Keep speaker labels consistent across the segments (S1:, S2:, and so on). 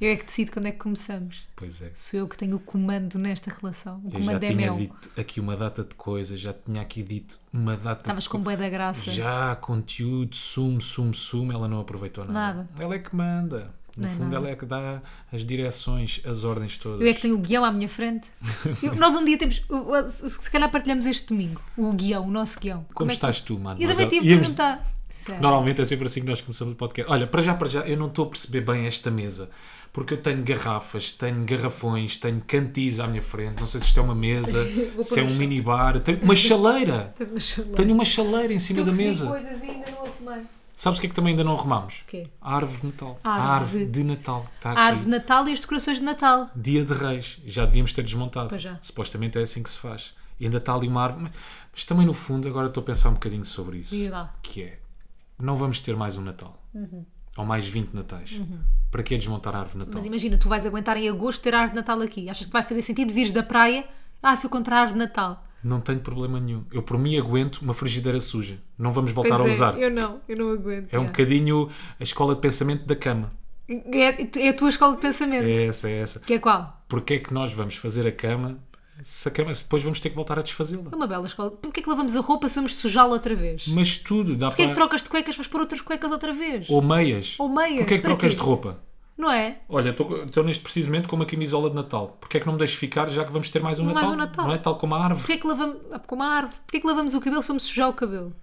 S1: Eu é que decido quando é que começamos.
S2: Pois é.
S1: Sou eu que tenho o comando nesta relação. O
S2: Eu já
S1: comando é
S2: tinha
S1: meu.
S2: dito aqui uma data de coisas, já tinha aqui dito uma data
S1: Estavas
S2: de
S1: com bué da graça.
S2: Já, conteúdo, sumo, sumo, sumo, ela não aproveitou nada. Ela é que manda. No
S1: Não é
S2: fundo,
S1: nada.
S2: ela é que dá as direções, as ordens todas.
S1: Eu é que tenho o guião à minha frente. Eu- nós um dia temos. o- o- o- Se calhar partilhamos este domingo o guião, o nosso guião. é
S2: Como
S1: que-
S2: estás tu, mano?
S1: Eu também te
S2: Mas
S1: ia
S2: íamos-
S1: perguntar. Sério.
S2: Normalmente é sempre assim que nós começamos o podcast. Olha, para já, para já, eu não estou a perceber bem esta mesa. Porque eu tenho garrafas, tenho garrafões, tenho cantis à minha frente. Não sei se isto é uma mesa,
S1: Vou
S2: se é
S1: pôr no
S2: um
S1: chão.
S2: minibar. Tenho uma chaleira.
S1: Tens uma chaleira.
S2: Tenho uma chaleira em cima
S1: Eu
S2: da
S1: recebi
S2: mesa.
S1: coisas e ainda não arrumei. O
S2: Sabes o que é que também ainda não arrumámos?
S1: quê?
S2: A árvore de Natal. A
S1: Árvore.
S2: árvore de Natal. Está
S1: A
S2: aqui.
S1: árvore de Natal e as decorações de Natal.
S2: Dia de Reis, já devíamos ter desmontado.
S1: Pois já.
S2: Supostamente é assim que se faz. E ainda está ali uma árvore. Mas, mas também, no fundo, agora estou a pensar um bocadinho sobre isso.
S1: Diz lá. Uhum.
S2: Que é: não vamos ter mais um Natal. Ou mais 20 Natais. Para que é desmontar a árvore de Natal?
S1: Mas imagina, tu vais aguentar em agosto ter a árvore de Natal aqui. Achas que vai fazer sentido vires da praia? Ah, fui contra a árvore de Natal.
S2: Não tenho problema nenhum. Eu, por mim, aguento uma frigideira suja. Não vamos voltar a
S1: Pois é,
S2: usar.
S1: Eu não, eu não aguento.
S2: É um bocadinho a escola de pensamento da cama.
S1: É, é a tua escola de pensamento.
S2: É essa, é essa.
S1: Que é qual?
S2: Porquê é que nós vamos fazer a cama se a cama se depois vamos ter que voltar a desfazê-la?
S1: É uma bela escola. Porquê é que lavamos a roupa se vamos sujá-la outra vez?
S2: Mas tudo dá
S1: Porquê é
S2: para.
S1: que trocas de cuecas vais pôr outras cuecas outra vez?
S2: Ou meias.
S1: Ou meias,
S2: Porquê é que
S1: para
S2: trocas
S1: quê?
S2: de roupa?
S1: Não é?
S2: Olha, estou neste precisamente com uma camisola de Natal. Porquê é que não me deixes ficar já que vamos ter mais um,
S1: Mais
S2: Natal?
S1: um Natal.
S2: Não é tal como a árvore?
S1: Porquê é que lavamos. Ah, como a árvore. Porquê é que lavamos o cabelo se vamos sujar o cabelo?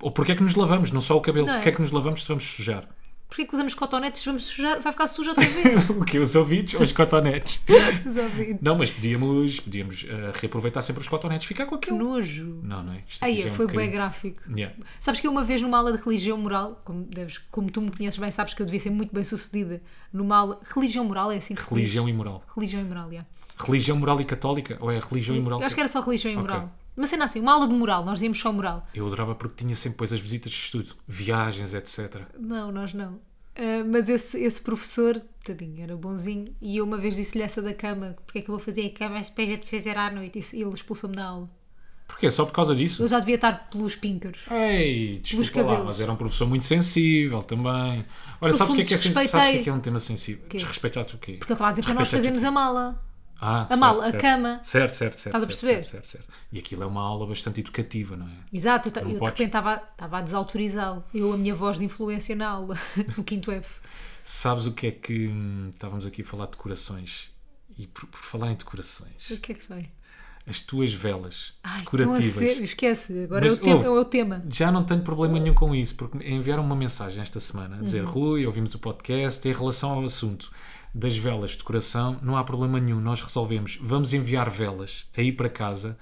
S2: Ou porquê é que nos lavamos? Não só o cabelo.
S1: Não é?
S2: Porquê é que nos lavamos se vamos sujar?
S1: Porquê é que usamos cotonetes se vamos sujar? Vai ficar sujo outra vez?
S2: o quê? Os ouvidos ou os cotonetes?
S1: Os ouvidos.
S2: não, mas podíamos, podíamos ah, reaproveitar sempre os cotonetes. Ficar com
S1: Que
S2: aquilo.
S1: nojo.
S2: Não, não é? Isto aqui
S1: Aí,
S2: já é um
S1: foi bem
S2: bocadinho-
S1: gráfico.
S2: Yeah.
S1: Sabes que eu uma vez numa aula de religião moral, como, deves- como tu me conheces bem, sabes que eu devia ser muito bem sucedida numa aula. Religião moral é assim que se diz?
S2: Religião e moral.
S1: Religião e moral, yeah.
S2: Religião moral e católica? Ou é religião e moral?
S1: Eu acho que era só religião e
S2: Ok.
S1: moral. Mas sendo assim, uma aula de moral, nós dizíamos só moral.
S2: Eu adorava porque tinha sempre depois as visitas de estudo, viagens, etc.
S1: Não, nós não. Ah, mas esse, esse professor, tadinho, era bonzinho, e eu uma vez disse-lhe essa da cama, porque é que eu vou fazer a cama às para te fazer à noite, e isso- e ele expulsou-me da aula.
S2: Porquê? Só por causa disso?
S1: Eu já devia estar pelos píncaros.
S2: Ei,
S1: Pelos
S2: desculpa lá,
S1: cabelos.
S2: mas era um professor muito sensível também.
S1: No
S2: Olha, sabes o que, é
S1: fundo,
S2: que é sen-
S1: desrespeitei.
S2: sabes o que é que é um tema sensível? Desrespeitados o quê?
S1: Porque ele estava a dizer para nós
S2: Respeita
S1: fazermos a mala.
S2: Ah,
S1: A mala, a cama.
S2: tipo Certo, certo, certo.
S1: Estás a
S2: certo,
S1: perceber?
S2: Certo, certo, certo. E aquilo é uma aula bastante educativa, não é?
S1: Exato, eu, ta-
S2: Não
S1: eu de
S2: podes.
S1: repente estava estava a desautorizá-lo. Eu, a minha voz de influência na aula, no quinto F.
S2: Sabes o que é que hum, estávamos aqui a falar de decorações? E por, por falar em decorações,
S1: O que é que foi?
S2: as tuas velas
S1: Ai, estão a
S2: decorativas.
S1: ser. Esquece, agora
S2: Mas
S1: é, o tema,
S2: ouve.
S1: é o tema.
S2: Já não tenho problema nenhum com isso, porque me enviaram uma mensagem esta semana a
S1: Uhum.
S2: dizer: Rui, ouvimos o podcast, em relação ao assunto das velas de decoração, não há problema nenhum, nós resolvemos. Vamos enviar velas aí para casa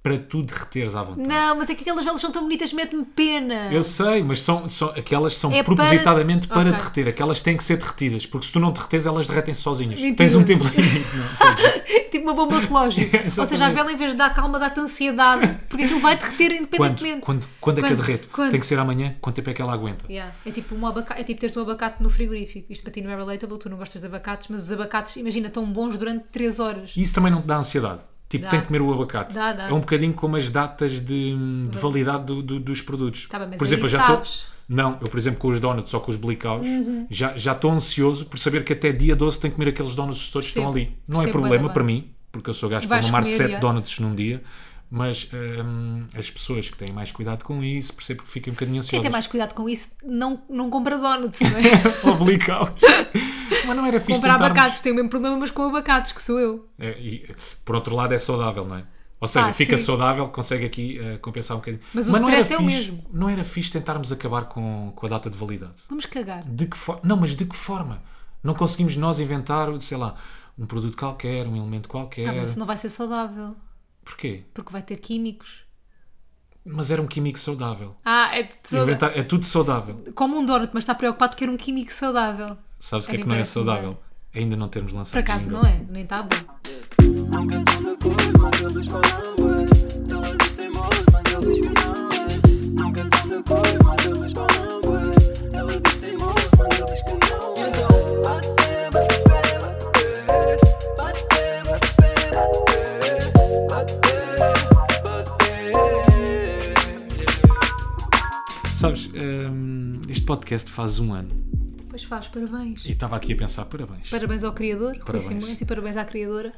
S2: para tu derreteres à vontade.
S1: Não, mas é que aquelas velas são tão bonitas, mete-me pena.
S2: Eu sei, mas são, são, aquelas são
S1: É para-
S2: propositadamente para,
S1: Ok.
S2: derreter, aquelas têm que ser derretidas, porque se tu não derretes, elas derretem-se sozinhas.
S1: Mentira.
S2: Tens um tempo limite, não?
S1: tipo uma bomba relógio. Ou seja, a
S2: É, Exatamente.
S1: vela, em vez de dar calma, dá-te ansiedade, porque aquilo vai derreter
S2: Quando,
S1: independentemente.
S2: quando, quando é que eu
S1: Quando?
S2: derreto?
S1: Quando?
S2: Tem que ser amanhã? Quanto tempo é que ela aguenta?
S1: Yeah. É tipo um abacate, é tipo teres um abacate no frigorífico. Isto para ti não é relatable, tu não gostas de abacates, mas os abacates, imagina, estão bons durante 3 horas.
S2: E isso também não te dá ansiedade? Tipo,
S1: Dá.
S2: tem que comer o abacate.
S1: Dá, dá.
S2: É um bocadinho como as datas de, de validade do- do- dos produtos.
S1: Tá bem, mas
S2: por exemplo,
S1: aí
S2: eu já tô-
S1: sabes. Uhum.
S2: Não, eu, por exemplo, com os donuts ou com os blicaus, já já estou ansioso por saber que até dia 12 tenho que comer aqueles donuts todos que estão
S1: Percebo.
S2: ali. Não é
S1: Percebo,
S2: problema
S1: banda,
S2: para mim, porque eu sou gajo para
S1: Vais
S2: mamar
S1: comer,
S2: 7
S1: já.
S2: donuts num dia, mas hum, as pessoas que têm mais cuidado com isso, percebo que fiquem um bocadinho
S1: Quem tem
S2: ansiosas.
S1: mais cuidado com isso não, não compra donuts, não é?
S2: ou blicaus. mas não era fixe
S1: compra
S2: tentarmos-
S1: abacates, tem o mesmo problema, mas com abacates, que sou eu.
S2: É, e, por outro lado, é saudável, não é? Ou seja,
S1: Ah,
S2: fica
S1: sim.
S2: saudável, consegue aqui eh, compensar um bocadinho.
S1: Mas o
S2: não era
S1: stress é o
S2: fixe-
S1: mesmo.
S2: Não era fixe tentarmos acabar com, com a data de validade.
S1: Vamos cagar.
S2: De que forma? Não, mas de que forma? Não conseguimos nós inventar, sei lá, um produto qualquer, um elemento qualquer.
S1: Ah, mas isso não vai ser saudável,
S2: Porquê?
S1: porque vai ter químicos.
S2: Mas era um químico saudável.
S1: Ah, é tudo saudável.
S2: Inventar- é tudo saudável.
S1: Como um donut, mas está preocupado que era um químico saudável.
S2: Sabes o
S1: A
S2: que é
S1: mim
S2: que não é
S1: parece-me bem.
S2: saudável? Ainda não termos lançado
S1: Por acaso
S2: jingle.
S1: não é, nem está bom.
S3: Nunca ando cor, mas eles falam ué. Todos teimosos, mas eles que não é. Nunca ando cor, mas eles falam ué. Todos teimosos, mas eles que não é. Então, bate, bate, bate, bate. Bate, bate, bate, bate. Bate.
S2: Sabes, hum, este podcast faz um ano.
S1: Pois faz, parabéns.
S2: E estava aqui a pensar, parabéns.
S1: Parabéns ao criador, Rui
S2: Parabéns.
S1: Simões, e parabéns à criadora.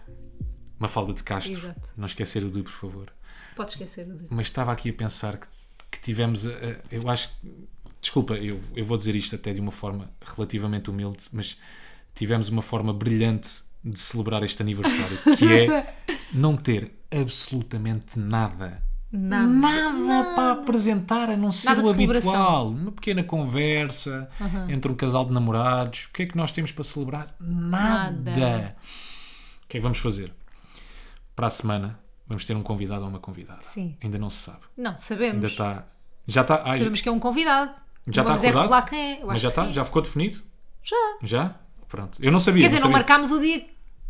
S2: Uma falda de Castro.
S1: Exato.
S2: Não esquecer o Du, por favor.
S1: Pode esquecer do
S2: Mas estava aqui a pensar que, que tivemos. a- a- eu acho. que- Desculpa, eu, eu vou dizer isto até de uma forma relativamente humilde, mas tivemos uma forma brilhante de celebrar este aniversário, que é não ter absolutamente nada.
S1: Nada.
S2: para apresentar, a não ser
S1: Nada de
S2: o
S1: celebração.
S2: habitual. Uma pequena conversa entre um casal de namorados. O que é que nós temos para celebrar? Nada.
S1: Nada.
S2: O que é que vamos fazer? Para a semana, vamos ter um convidado ou uma convidada.
S1: Sim.
S2: Ainda não se sabe.
S1: Não, sabemos.
S2: Ainda está. Já está. ai,
S1: Sabemos que é um convidado.
S2: já
S1: Não
S2: está
S1: Vamos é
S2: acordado?
S1: revelar quem é. Eu
S2: Mas
S1: acho
S2: já
S1: que
S2: está?
S1: sim.
S2: Já ficou definido?
S1: Já.
S2: Já? Pronto. Eu não sabia.
S1: Quer dizer, não
S2: sabia.
S1: marcámos o dia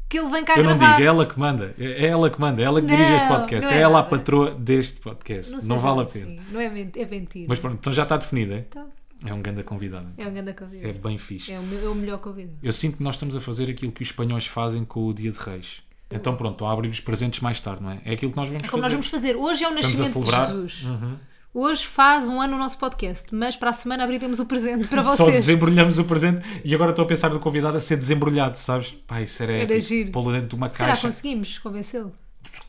S1: que ele vem cá
S2: Eu não
S1: gravar.
S2: digo, é ela que manda. É é ela que manda, é ela que dirige
S1: Não,
S2: este podcast.
S1: não
S2: É,
S1: é
S2: ela a
S1: nada.
S2: patroa deste podcast. Não,
S1: seja
S2: vale a
S1: assim.
S2: pena.
S1: Não é, men- é mentira.
S2: Mas pronto, então já está definido, é?
S1: Então,
S2: É um grande convidado.
S1: é um grande
S2: É
S1: convidado.
S2: bem fixe.
S1: É, o, meu- é o melhor convidado.
S2: Eu sinto que nós estamos a fazer aquilo que os espanhóis fazem com o Dia de Reis. Então pronto, estão a abrir os presentes mais tarde, não é? É aquilo que nós vamos
S1: Hum. É como
S2: fazer.
S1: nós vamos fazer. Hoje é o
S2: Estamos a
S1: nascimento de
S2: celebrar. Uhum.
S1: Jesus. Hoje faz um ano o nosso podcast, mas para a semana abriremos o presente para vocês.
S2: Só desembrulhamos o presente e agora estou a pensar no convidado a ser desembrulhado, sabes? Pá, isso era,
S1: Era
S2: épico.
S1: giro.
S2: Pô-lo dentro de uma
S1: Se calhar
S2: caixa.
S1: conseguimos convencê-lo.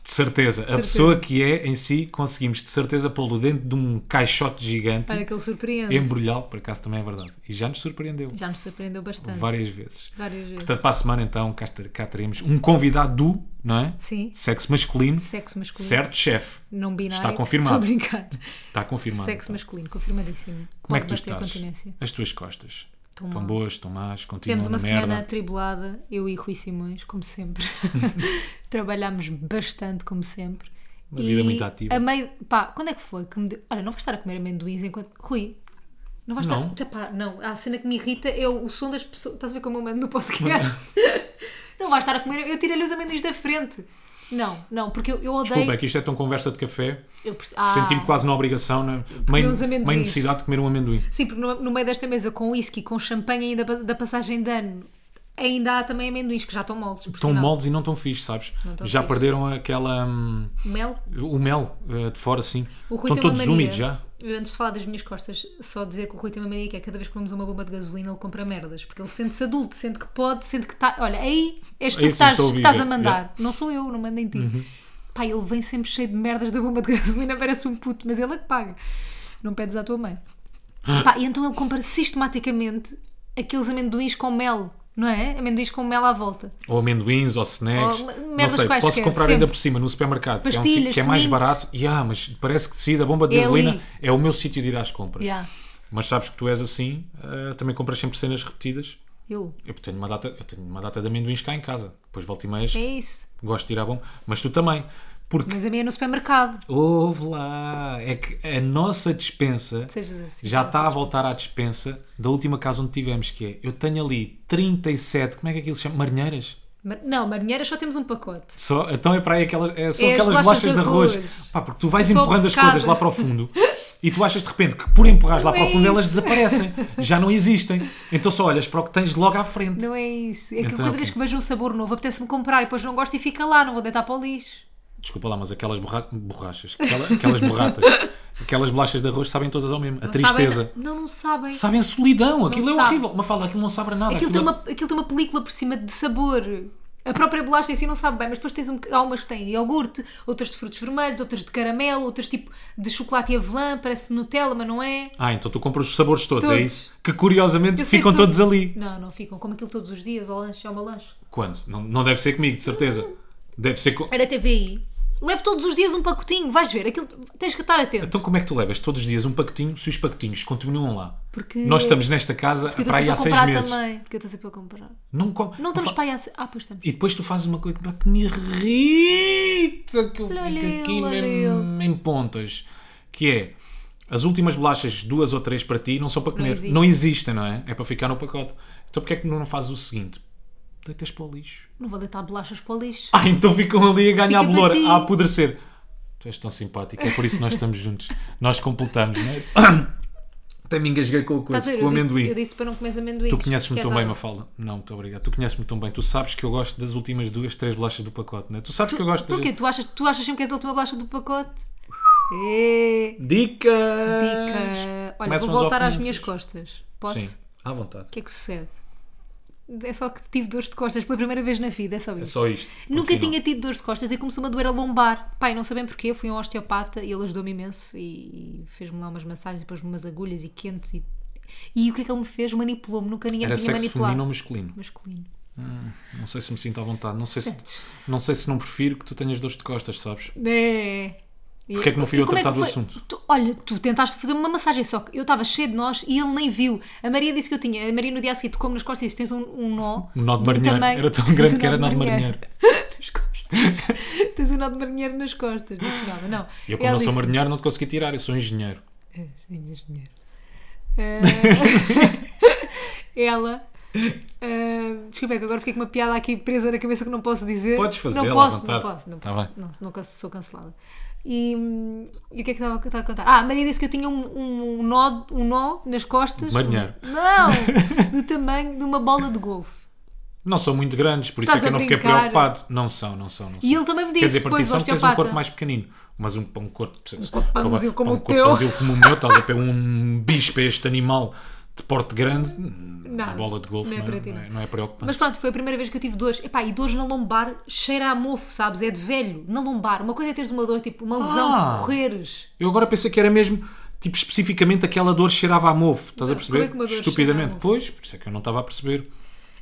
S2: De certeza. A
S1: certeza.
S2: pessoa que é em si, conseguimos de certeza pô-lo dentro de um caixote gigante,
S1: Para que ele surpreenda.
S2: embrulhá-lo, por acaso também é verdade. E já nos surpreendeu
S1: Já nos surpreendeu bastante.
S2: várias vezes.
S1: Várias vezes.
S2: Portanto, para a semana então, cá, ter- cá teremos um convidado do, não é?
S1: Sim.
S2: Sexo masculino,
S1: Sexo masculino.
S2: certo chefe.
S1: Não binário.
S2: Está confirmado.
S1: Estou a brincar.
S2: Está confirmado.
S1: Sexo
S2: então.
S1: masculino, confirmadíssimo.
S2: Como é que tu
S1: Pode bater a
S2: estás?
S1: continência.
S2: As tuas costas.
S1: Estão
S2: Estão
S1: mal.
S2: boas, estão más,
S1: Tivemos
S2: continuam
S1: uma
S2: na
S1: semana
S2: merda.
S1: atribulada, eu e Rui Simões, como sempre. Trabalhámos bastante, como sempre.
S2: Uma vida muito ativa.
S1: A meio... Pá, quando é que foi? Que me deu- Olha, não vais estar a comer amendoins enquanto. Rui, não vais
S2: Não.
S1: estar. Já pá, não. A cena que me irrita é o o som das pessoas. Estás a ver como eu mando no podcast? não vais estar a comer. Eu tirei-lhe os amendoins da frente. Não, não, porque eu, eu odeio.
S2: Desculpa, é que isto é tão conversa de café.
S1: eu perce- Ah.
S2: Senti-me quase na obrigação, na meio,
S1: uns amendoins.
S2: meio necessidade de comer um amendoim.
S1: Sim, porque no, no meio desta mesa, com whisky, com champanhe ainda pa- da passagem de ano, ainda há também amendoins que já estão moles. por
S2: Estão
S1: sinal.
S2: moldes e não estão fixe, sabes?
S1: Não tão
S2: Já
S1: fixe.
S2: perderam aquela. hum,
S1: Mel?
S2: o mel eh, de fora, assim.
S1: O Rui
S2: Estão
S1: tem uma
S2: todos
S1: mania.
S2: úmidos já.
S1: Eu, antes de falar das minhas costas, só dizer que o Rui tem uma mania que é cada vez que comemos uma bomba de gasolina ele compra merdas, porque ele sente-se adulto, sente que pode, sente que está. Olha, aí és tu
S2: Aí
S1: que estás,
S2: estou a É,
S1: que estás a
S2: viver,
S1: mandar, não sou eu, não mando em ti.
S2: Uhum.
S1: Pá, ele vem sempre cheio de merdas da bomba de gasolina, parece um puto, mas ele é que paga. Não pedes à tua mãe. Pá, e então ele compra sistematicamente aqueles amendoins com mel, não é? Amendoins com mel à volta.
S2: Ou amendoins, ou snacks.
S1: Ou me-
S2: não
S1: merdas
S2: sei,
S1: quaisquer,
S2: posso comprar ainda
S1: sempre.
S2: por cima no supermercado, que é, um
S1: Pastilhas,
S2: sítio que é mais
S1: sementes.
S2: barato. E, ah, mas parece que decide a bomba de
S1: É
S2: gasolina
S1: ali.
S2: é o meu sítio de ir às compras.
S1: Já,
S2: Mas sabes que tu és assim, eh, também compras sempre cenas repetidas.
S1: eu.
S2: Eu tenho uma data, eu tenho uma data de amendoins cá em casa. Depois volta e meias,
S1: É isso.
S2: gosto de ir à bomba. Mas tu também. Porque,
S1: Mas a minha é no supermercado.
S2: ouve lá, é que a nossa dispensa
S1: Sejas assim.
S2: já está a voltar à dispensa da última casa onde tivemos, que é, eu tenho ali 37, como é que aquilo se chama? Marinheiras?
S1: Mar- Não, marinheiras só temos um pacote.
S2: Só, então é para aí aquelas, é, são
S1: É as
S2: aquelas
S1: bolachas
S2: bolachas de
S1: de
S2: arroz.
S1: arroz.
S2: Pá, porque tu vais
S1: Sou
S2: empurrando as
S1: obcecada.
S2: coisas lá para o fundo e tu achas de repente que por empurrar lá
S1: Não
S2: para o
S1: é
S2: fundo elas
S1: isso.
S2: desaparecem, já não existem. Então só olhas para o que tens logo à frente.
S1: Não é isso. É que
S2: Então,
S1: cada
S2: ok.
S1: vez que vejo um sabor novo, apetece-me comprar e depois não gosto e fica lá, não vou deitar para o lixo.
S2: Desculpa lá, mas aquelas borra- borrachas, aquela- aquelas borratas, aquelas bolachas de arroz sabem todas ao mesmo. A
S1: Não
S2: tristeza.
S1: Sabem, não, não sabem.
S2: Sabem a solidão, aquilo é
S1: sabe.
S2: horrível. Uma fala, aquilo não sabe a nada.
S1: aquilo, tem
S2: aquilo é
S1: uma, aquilo tem uma película por cima de sabor. A própria bolacha em si não sabe bem, mas depois tens um, boc- há umas que têm iogurte, outras de frutos vermelhos, outras de caramelo, outras tipo de chocolate e avelã, parece Nutella, mas não é.
S2: Ah, então tu compras os sabores todos, é
S1: Todos.
S2: isso? Que curiosamente
S1: Eu sei
S2: ficam
S1: que tu-
S2: todos ali.
S1: Não, não ficam. Como aquilo todos os dias, ao lanche, é uma lanche.
S2: Quando? Não, não deve ser comigo, de certeza. Deve ser com.
S1: É da TVI. Levo todos os dias um pacotinho, vais ver. Aquilo, tens que estar atento.
S2: Então como é que tu levas todos os dias um pacotinho se os pacotinhos continuam lá?
S1: Porque-
S2: Nós estamos nesta casa
S1: Porque eu
S2: para
S1: estou
S2: aí
S1: sempre
S2: há
S1: a comprar
S2: seis meses.
S1: também. Porque eu estou sempre a comprar.
S2: Não, com...
S1: Não estamos
S2: fa-
S1: para aí há... se- Ah, pois estamos.
S2: E depois tu fazes uma coisa que, pá, que me irrita, que eu fico
S1: Loleu,
S2: aqui
S1: loleu.
S2: mesmo em pontas, que é as últimas bolachas, duas ou três para ti, não são para comer, não,
S1: existem.
S2: existem, não é? É para ficar no pacote. Então porque é que não fazes o seguinte? Deitas para o lixo.
S1: Não vou deitar bolachas para o lixo.
S2: Ah, então ficam ali a ganhar
S1: Fica para
S2: bolor,
S1: ti.
S2: a apodrecer. Tu és tão simpático, é por isso que nós estamos juntos. Nós completamos, não é? Até me engasguei com, a coisa,
S1: Estás a ver?
S2: com o
S1: Eu disse-
S2: amendoim.
S1: Eu disse para não comer amendoim.
S2: Tu conheces-me tão bem, Mafalda. Não, muito obrigado. Tu conheces-me tão bem. Tu sabes que eu gosto das últimas duas, três bolachas do pacote, não é? Tu sabes que eu gosto das...
S1: Porquê? Tu achas, tu achas sempre que és a última bolacha do pacote? É.
S2: Dicas!
S1: Dica. Olha,
S2: Começam
S1: vou
S2: as
S1: voltar às
S2: ofensas.
S1: minhas costas. Posso?
S2: Sim. À vontade.
S1: O que é que sucede? É só que tive dores de costas pela primeira vez na vida, é só
S2: É
S1: isso.
S2: só isto.
S1: Nunca
S2: Continua.
S1: tinha tido dores de costas e começou-me a doer a lombar. Pai, não sabem porquê, eu fui a um osteopata e ele ajudou-me imenso e, e fez-me lá umas massagens, depois umas agulhas e quentes e, e o que é que ele me fez? Manipulou-me, nunca ninguém
S2: Era
S1: me tinha
S2: sexo
S1: manipulado.
S2: feminino ou masculino?
S1: Masculino.
S2: Não sei se me sinto à vontade. Não sei, se,
S1: Certo.
S2: não sei se não prefiro que tu tenhas dores de costas, sabes?
S1: É.
S2: Porquê é que não fui
S1: E
S2: eu
S1: como
S2: tratar
S1: que
S2: do
S1: foi?
S2: assunto?
S1: Tu- olha, tu tentaste fazer uma massagem, só que eu estava cheio de nós e ele nem viu. A Maria disse que eu tinha. A Maria no dia a seguir tocou-me nas costas e disse: tens um, um nó.
S2: Um nó de
S1: um
S2: marinheiro.
S1: tamanho-
S2: Era tão
S1: tens
S2: grande
S1: um
S2: que era nó de
S1: nas costas. tens um nó de marinheiro nas costas. Disse nada, não.
S2: Eu, como
S1: Ela
S2: não sou
S1: disse,
S2: marinheiro, não te consegui tirar. Eu sou engenheiro.
S1: "És engenheiro." Ah, Eh, ela. ah, desculpa, é que agora fiquei com uma piada aqui presa na cabeça que não posso dizer.
S2: Podes fazê-la
S1: Não
S2: à
S1: posso, não
S2: vontade.
S1: posso, não
S2: Tá
S1: posso.
S2: bem.
S1: Não, se nunca sou cancelada. E, hum, e o que é que estava estava a contar? Ah, a Maria disse que eu tinha um, um, nó, um nó nas costas.
S2: Marinheiro.
S1: Do- Não! Do tamanho de uma bola de golfe.
S2: Não são muito grandes, por isso
S1: Estás
S2: é que eu
S1: a
S2: não fiquei
S1: brincar.
S2: preocupado. Não são, não são, não são.
S1: E ele também me disse
S2: Quer dizer,
S1: depois, o
S2: partição tens um
S1: osteopata.
S2: corpo mais pequenino, mas um, um corpo, um
S1: corpo panzil como
S2: um
S1: o
S2: corpo
S1: teu.
S2: panzil como o meu, estás a ver, um bicho para este animal de porte grande,
S1: Não,
S2: a bola de golfe
S1: não
S2: não,
S1: é
S2: é-
S1: para ti,
S2: não
S1: não.
S2: é, não é preocupante.
S1: Mas pronto, foi a primeira vez que eu tive dores. Epá, e dores na lombar cheira a mofo, sabes? É de velho, na lombar. Uma coisa é teres uma dor, tipo uma lesão
S2: Ah.
S1: de correres.
S2: Eu agora pensei que era mesmo, tipo, especificamente aquela dor cheirava a mofo, estás a
S1: Não,
S2: perceber?
S1: como é que uma dor cheira a
S2: Estupidamente.
S1: mofo?
S2: Pois, por isso é que eu não estava a perceber.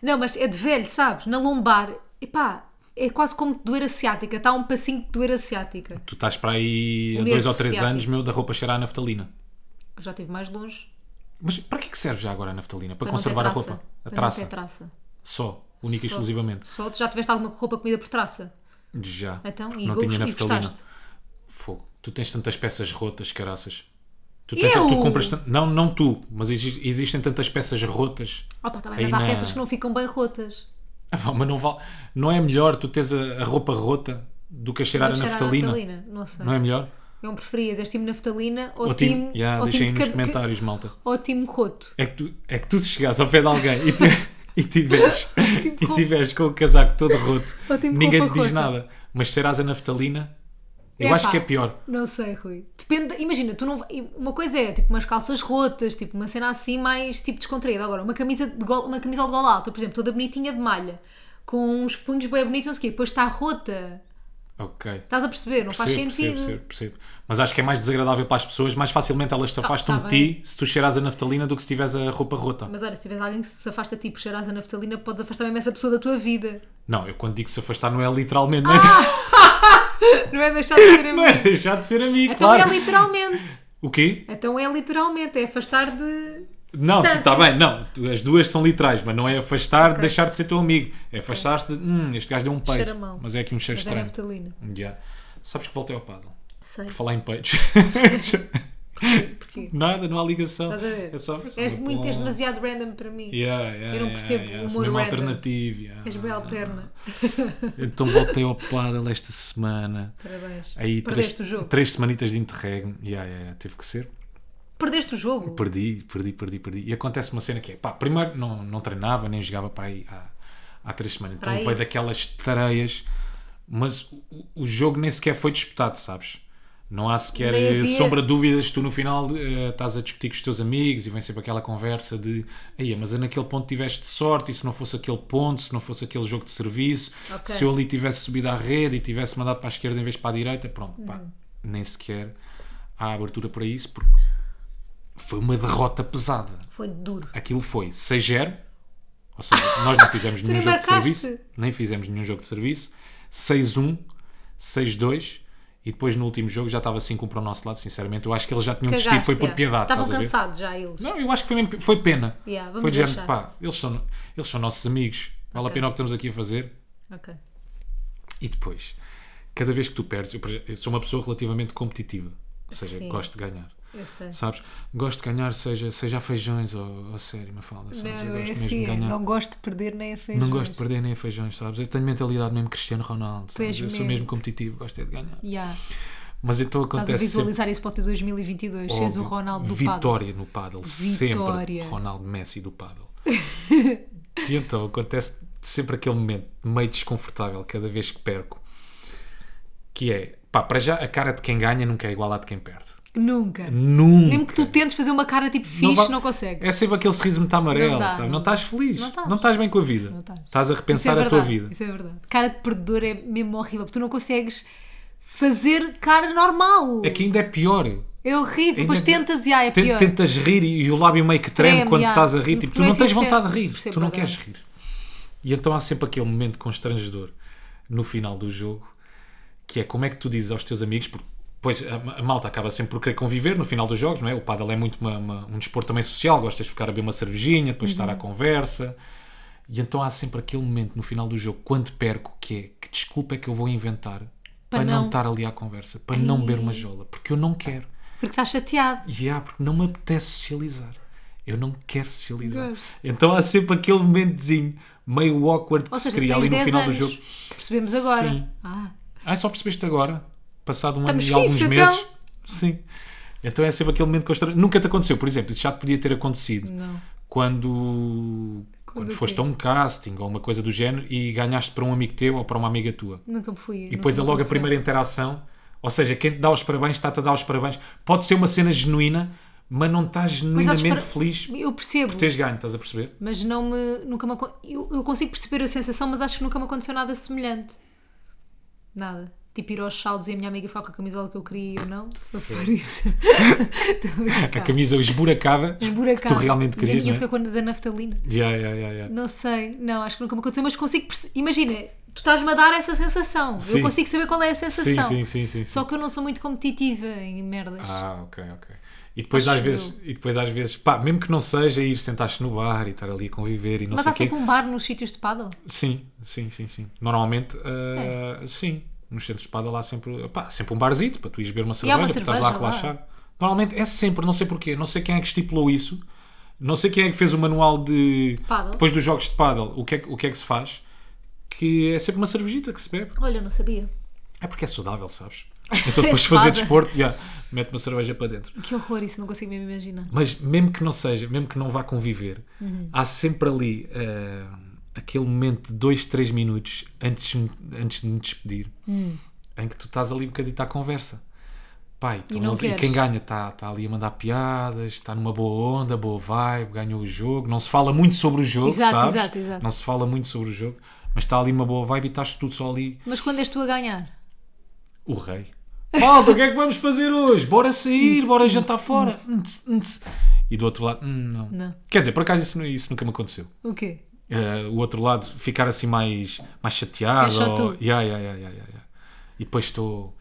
S1: Não, mas é de velho, sabes? Na lombar. Epá, é quase como de doer a ciática. Está um passinho de doer a ciática.
S2: Tu estás para aí
S1: O
S2: há dois
S1: nervo
S2: ou três
S1: Um ciático.
S2: anos, meu, da roupa cheirar a naftalina.
S1: Eu já estive mais longe.
S2: Mas para que é que serve já agora a naftalina? Para,
S1: Para não ter
S2: conservar a
S1: traça.
S2: roupa? A
S1: Para
S2: traça.
S1: Não ter traça.
S2: Só. Única e
S1: Só.
S2: exclusivamente.
S1: Só tu já tiveste alguma roupa comida por traça?
S2: Já.
S1: Então,
S2: Porque
S1: e,
S2: não
S1: go-
S2: tinha
S1: e
S2: naftalina.
S1: gostaste?
S2: Fogo. Tu tens tantas peças rotas, caraças. Tu, tens,
S1: Eu?
S2: tu compras tan- Não, não tu, mas exi- existem tantas peças rotas.
S1: Opa, tá bem,
S2: Aí
S1: mas há
S2: na-
S1: peças que não ficam bem rotas.
S2: Ah, pá, Mas não vale. Não é melhor tu teres a, a roupa rota do que a cheirar
S1: Não
S2: a
S1: cheirar a
S2: naftalina?
S1: naftalina? Não sei.
S2: Não é melhor?
S1: Não preferias? És time naftalina ou,
S2: Ou
S1: time.
S2: time- Já,
S1: ou
S2: deixem aí
S1: time de
S2: nos
S1: cab-
S2: comentários, malta.
S1: Ou time roto?
S2: É que, tu, é que tu se chegares ao pé de alguém e, tu, e tiveres,
S1: Tipo
S2: e
S1: com-
S2: tiveres com o casaco todo roto,
S1: Ou tipo com
S2: ninguém te
S1: roupa
S2: diz
S1: rota.
S2: nada. Mas serás a naftalina, eu
S1: Epá.
S2: acho que é pior.
S1: Não sei, Rui. Depende. Imagina, tu não. Uma coisa é tipo umas calças rotas, tipo uma cena assim mais tipo descontraída. Agora, uma camisa de gol, uma camisa de gola alta, por exemplo, toda bonitinha de malha, com uns punhos bem bonitos, não sei o quê, depois está rota.
S2: Ok.
S1: Estás a perceber? Não faz
S2: Percebo,
S1: sentido.
S2: percebo, percebo, percebo. Mas acho que é mais desagradável para as pessoas, mais facilmente elas te afastam
S1: tá
S2: de ti se tu cheiras a naftalina do que se tiveres a roupa rota.
S1: Mas olha, se tiveres alguém que se afasta de ti por cheirar a naftalina, podes afastar mesmo essa pessoa da tua vida.
S2: Não, eu quando digo se afastar não é literalmente, não é-
S1: Ah! Não é deixar de ser amigo.
S2: não é deixar de ser amigo,
S1: Então
S2: claro.
S1: é literalmente.
S2: O quê?
S1: Então é literalmente. É afastar de.
S2: Não,
S1: distância.
S2: está bem, não, tu- as duas são literais, mas não é afastar
S1: Ok.
S2: de deixar de ser teu amigo, é afastar-te de, hum, este gajo deu um
S1: Cheira
S2: peito,
S1: mal.
S2: mas é aqui um cheiro
S1: Mas é
S2: estranho.
S1: naftalina.
S2: Já. Sabes que voltei ao paddle,
S1: Sei.
S2: por falar em peitos.
S1: Porquê?
S2: Nada, não há ligação.
S1: Estás a ver?
S2: É só, é só
S1: És
S2: uma
S1: muito, és
S2: ponta.
S1: demasiado random para mim.
S2: Yeah, yeah,
S1: Eu não
S2: yeah,
S1: percebo
S2: yeah,
S1: o humor
S2: sou mesmo
S1: random.
S2: alternativo. yeah.
S1: És bem alterna.
S2: Então voltei ao paddle esta semana.
S1: Parabéns.
S2: Aí
S1: Perdeste
S2: três,
S1: o jogo.
S2: três semanitas de interregno. Yeah, yeah, yeah, teve que ser.
S1: Perdeste o jogo.
S2: Perdi, perdi, perdi, perdi. E acontece uma cena que é, pá, primeiro não, não treinava, nem jogava para aí há, há três semanas.
S1: Para
S2: Então
S1: aí.
S2: veio daquelas tareias, mas o, o- o jogo nem sequer foi disputado, sabes? Não há sequer
S1: Nem
S2: eh,
S1: havia-
S2: sombra de dúvidas. Tu no final eh, estás a discutir com os teus amigos e vem sempre aquela conversa de aí, mas eu naquele ponto tiveste sorte. E se não fosse aquele ponto, se não fosse aquele jogo de serviço,
S1: Ok.
S2: se eu ali tivesse subido à rede e tivesse mandado para a esquerda em vez de para a direita, pronto, pá, nem sequer há abertura para isso porque foi uma derrota pesada.
S1: Foi duro.
S2: Aquilo foi 6-0, ou seja, nós não fizemos nenhum
S1: nem
S2: jogo de
S1: marcaste.
S2: serviço, nem fizemos nenhum jogo de serviço, 6-1, 6-2, e depois no último jogo já estava 5 para o nosso lado, sinceramente, eu acho que eles já tinham desistido,
S1: Cagaste,
S2: foi por
S1: já.
S2: piedade,
S1: Estavam
S2: estás a ver?
S1: cansados já eles.
S2: Não, eu acho que foi, mesmo- foi pena.
S1: Yeah, vamos
S2: foi de género,
S1: deixar.
S2: pá, eles são, eles são nossos amigos, vale
S1: Ok.
S2: a pena o que estamos aqui a fazer,
S1: Ok.
S2: e depois, cada vez que tu perdes, eu, por exemplo, eu sou uma pessoa relativamente competitiva, ou seja,
S1: Sim. É.
S2: gosto de ganhar.
S1: Eu sei.
S2: Sabes? Gosto de ganhar, seja, seja a feijões ou, ou sério, uma falda. Sabes? eu
S1: Não, é
S2: gosto mesmo
S1: assim.
S2: de
S1: é,
S2: ganhar.
S1: Não gosto de perder nem a feijões.
S2: Não gosto de perder nem a feijões, sabes? Eu tenho mentalidade mesmo Cristiano Ronaldo.
S1: Tu és
S2: sabes? Eu sou
S1: mesmo.
S2: mesmo competitivo, gosto é de ganhar.
S1: Yeah.
S2: Mas então
S1: Estás a
S2: acontece. sempre-
S1: visualizar isso para o teu 2022. Seres o
S2: Óbvio.
S1: Ronaldo do Pado.
S2: Vitória no paddle,
S1: Vitória.
S2: sempre Ronaldo Messi do paddle. e então acontece sempre aquele momento meio desconfortável cada vez que perco, que é, pá, para já a cara de quem ganha nunca é igual à de quem perde.
S1: Nunca.
S2: Nunca.
S1: Mesmo que tu tentes fazer uma cara tipo fixe, não,
S2: vai-
S1: consegue.
S2: É sempre aquele sorriso muito amarelo,
S1: Não dá,
S2: sabe?
S1: não-
S2: Não estás feliz.
S1: não estás.
S2: Não estás bem com a vida.
S1: Não estás.
S2: a repensar a tua
S1: verdade,
S2: vida.
S1: Isso é verdade. Cara de perdedor é mesmo horrível, porque tu não consegues fazer cara normal.
S2: Aqui ainda é pior.
S1: É horrível.
S2: Ainda-
S1: Depois tentas e ah, é
S2: Ten-
S1: pior.
S2: Tentas rir e, e o lábio meio que treme
S1: Treme,
S2: quando
S1: já.
S2: estás a rir. Tipo,
S1: Porque
S2: tu
S1: não é
S2: não tens
S1: sincero.
S2: vontade de rir.
S1: Percebo
S2: Tu não
S1: bem.
S2: queres rir. E então há sempre aquele momento constrangedor no final do jogo que é como é que tu dizes aos teus amigos, porque pois a, a malta acaba sempre por querer conviver no final dos jogos, não é? O paddle é muito uma- uma- um desporto também social, gostas de ficar a beber uma cervejinha, depois
S1: Uhum.
S2: estar à conversa. E então há sempre aquele momento no final do jogo, quando perco, que é que desculpa é que eu vou inventar para, não
S1: não-
S2: estar ali à conversa, para não beber uma jola, porque eu não quero.
S1: Porque estás chateado.
S2: E há, porque não me apetece socializar. Eu não quero socializar.
S1: Gosto.
S2: Então há sempre aquele momentozinho meio awkward que
S1: Ou
S2: se
S1: seja,
S2: cria
S1: tens
S2: ali no
S1: 10
S2: final
S1: anos.
S2: do jogo.
S1: Percebemos agora.
S2: Sim.
S1: Ah,
S2: Ah, só percebeste agora? Passado um ano
S1: Estamos
S2: e alguns
S1: fixe,
S2: meses?
S1: então.
S2: Sim. Então é sempre aquele momento constrangedor. Nunca te aconteceu, por exemplo, isso já te podia ter acontecido
S1: não.
S2: quando, quando,
S1: o
S2: foste
S1: quê?
S2: a um casting ou uma coisa do género e ganhaste para um amigo teu ou para uma amiga tua.
S1: Nunca me fui.
S2: E depois é logo a primeira interação, ou seja, quem te dá os parabéns está-te a dar os parabéns. Pode ser uma cena genuína, mas não estás genuinamente feliz por
S1: Eu percebo.
S2: teres ganho, estás a perceber?
S1: Mas não me. Nunca me acon- eu, eu consigo perceber a sensação, mas acho que nunca me aconteceu nada semelhante. Nada. Tipo ir aos saldos e a minha amiga falar com a camisola que eu queria e eu não. Se não se for isso. Estou a
S2: A
S1: brincar.
S2: camisa esburacada, que
S1: Esburacada.
S2: tu realmente
S1: E a
S2: querias,
S1: minha
S2: não
S1: fica
S2: é?
S1: com a da naftalina.
S2: Já, já, já, já.
S1: Não sei, não, acho que nunca me aconteceu, mas consigo perceber. Imagina, tu estás-me a dar essa sensação.
S2: Sim.
S1: Eu consigo saber qual é a
S2: Sim,
S1: sensação.
S2: sim, sim, sim. sim.
S1: Só que eu não sou muito competitiva em merdas.
S2: Ah, ok, ok. E depois,
S1: Acho
S2: às vezes, e depois às vezes, pá, mesmo que não seja ir sentar-se no bar e estar ali a conviver e não
S1: mas
S2: sei
S1: há
S2: o quê.
S1: sempre um bar nos sítios de paddle.
S2: Sim, sim, sim, sim. Normalmente,
S1: É.
S2: ah, sim, nos centros de paddle há sempre, pá, há sempre um barzito para tu ires beber uma cerveja,
S1: há uma
S2: porque estás lá a
S1: cerveja lá.
S2: relaxar. Normalmente é sempre, não sei porquê, não sei quem é que estipulou isso, não sei quem é que fez o manual de.
S1: Paddle.
S2: Depois dos jogos de paddle, o que é, que- o que, é que se faz? Que é sempre uma cervejita que se bebe.
S1: Olha, não sabia.
S2: É porque é saudável, sabes? Então depois de
S1: Espada.
S2: fazer desporto, já, mete uma cerveja para dentro.
S1: Que horror, isso não consigo mesmo imaginar.
S2: Mas mesmo que não seja, mesmo que não vá conviver,
S1: Uhum.
S2: há sempre ali eh, aquele momento de 2, 3 minutos antes, de me- antes de me despedir
S1: Hum.
S2: em que tu estás ali um bocadito à conversa. Pai,
S1: E não
S2: e
S1: queres.
S2: quem ganha está está ali a mandar piadas, está numa boa onda, boa vibe, ganhou o jogo. Não se fala muito sobre o jogo,
S1: Exato,
S2: sabes?
S1: exato, exato.
S2: Não se fala muito sobre o jogo, mas está ali uma boa vibe e estás tudo só ali
S1: Mas quando és tu a ganhar?
S2: o rei. Malta, o que é que vamos fazer hoje? Bora sair, bora jantar fora. Ntz, ntz. E do outro lado, hum, não.
S1: Não.
S2: Quer dizer, por acaso isso, nu- isso nunca me aconteceu.
S1: O quê?
S2: Eh, o outro lado, ficar assim mais, mais chateado.
S1: És só
S2: ou-
S1: tu.
S2: Ya, ya, ya, ya, ya, ya. E depois estou.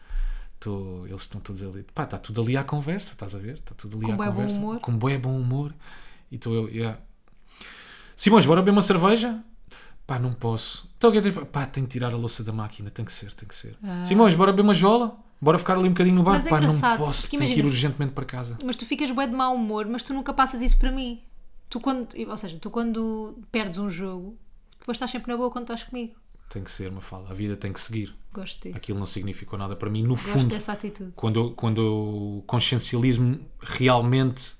S2: estou- Eles estão todos ali. Pá, está tudo ali à conversa, estás a ver? Está tudo ali
S1: Com
S2: à
S1: bué bom
S2: conversa.
S1: humor.
S2: Com bué bom humor. E estou eu. ya. Simões, bora beber uma cerveja? Pá, não posso. Então, o que é que tens- pá, tenho que tirar a louça da máquina, tem que ser, tem que ser. Simões, bora beber uma jola? Bora ficar ali um bocadinho no bar?
S1: Ah. Mas é
S2: pá, não
S1: engraçado,
S2: posso,
S1: porque
S2: tenho que ir
S1: imagina se-
S2: urgentemente para casa.
S1: Mas tu ficas bem de mau humor, mas tu nunca passas isso para mim. Tu quando. Ou seja, tu quando perdes um jogo, depois estás sempre na boa quando estás comigo.
S2: Tem que ser, uma fala. A vida tem que seguir.
S1: Gosto disso.
S2: Aquilo não significou nada para mim. No
S1: Gosto
S2: fundo,
S1: dessa atitude.
S2: quando, eu- quando eu consciencializo-me realmente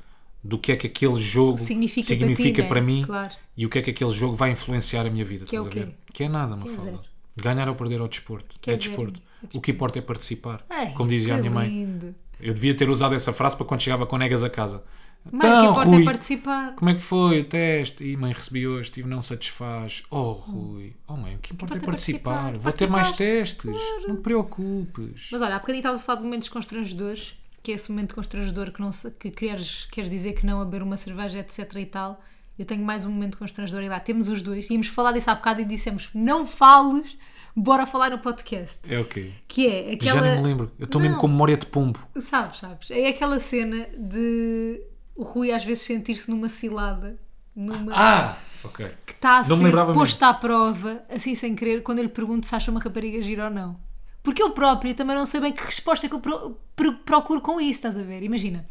S2: do que é que aquele jogo
S1: Significa
S2: significa,
S1: para ti, não é?
S2: para mim
S1: Claro.
S2: e o que é que aquele jogo vai influenciar a minha vida.
S1: Que é
S2: estás
S1: o
S2: a
S1: quê?
S2: ver? Que é nada, uma
S1: zero.
S2: fala. Ganhar ou perder ao desporto.
S1: Que é
S2: é
S1: zero.
S2: desporto.
S1: É
S2: O que importa é participar.
S1: Ai,
S2: como dizia a
S1: que
S2: minha mãe.
S1: lindo.
S2: Eu devia ter usado essa frase para quando chegava com negas a casa.
S1: Mãe, o que importa é participar.
S2: como é que foi o teste? E mãe, recebi hoje, estive não satisfaz. Oh, Rui. Oh, mãe, o que importa é
S1: importa é
S2: participar.
S1: participar.
S2: Vou ter mais
S1: Participaste,
S2: testes. Não te preocupes.
S1: Mas olha, há bocadinho estavas a falar de momentos constrangedores, que é esse momento constrangedor que, não, se- que queres, queres dizer que não a beber uma cerveja, etc e tal. Eu tenho mais um momento constrangedor e lá temos os dois. Íamos falar disso há bocado e dissemos, não fales, bora falar no podcast.
S2: É o quê?
S1: Que é
S2: Já
S1: aquela...
S2: nem me lembro. Eu estou mesmo
S1: Não.
S2: com memória de pombo.
S1: Sabes, sabes. É aquela cena de o Rui às vezes sentir-se numa cilada, numa...
S2: Ah! Ok.
S1: que está a
S2: Não me
S1: ser
S2: lembrava
S1: posto à prova, assim sem querer, quando eu lhe pergunto se acha uma rapariga gira ou não. Porque eu próprio também não sei bem que resposta é que eu pro- pro- procuro com isso, estás a ver? Imagina.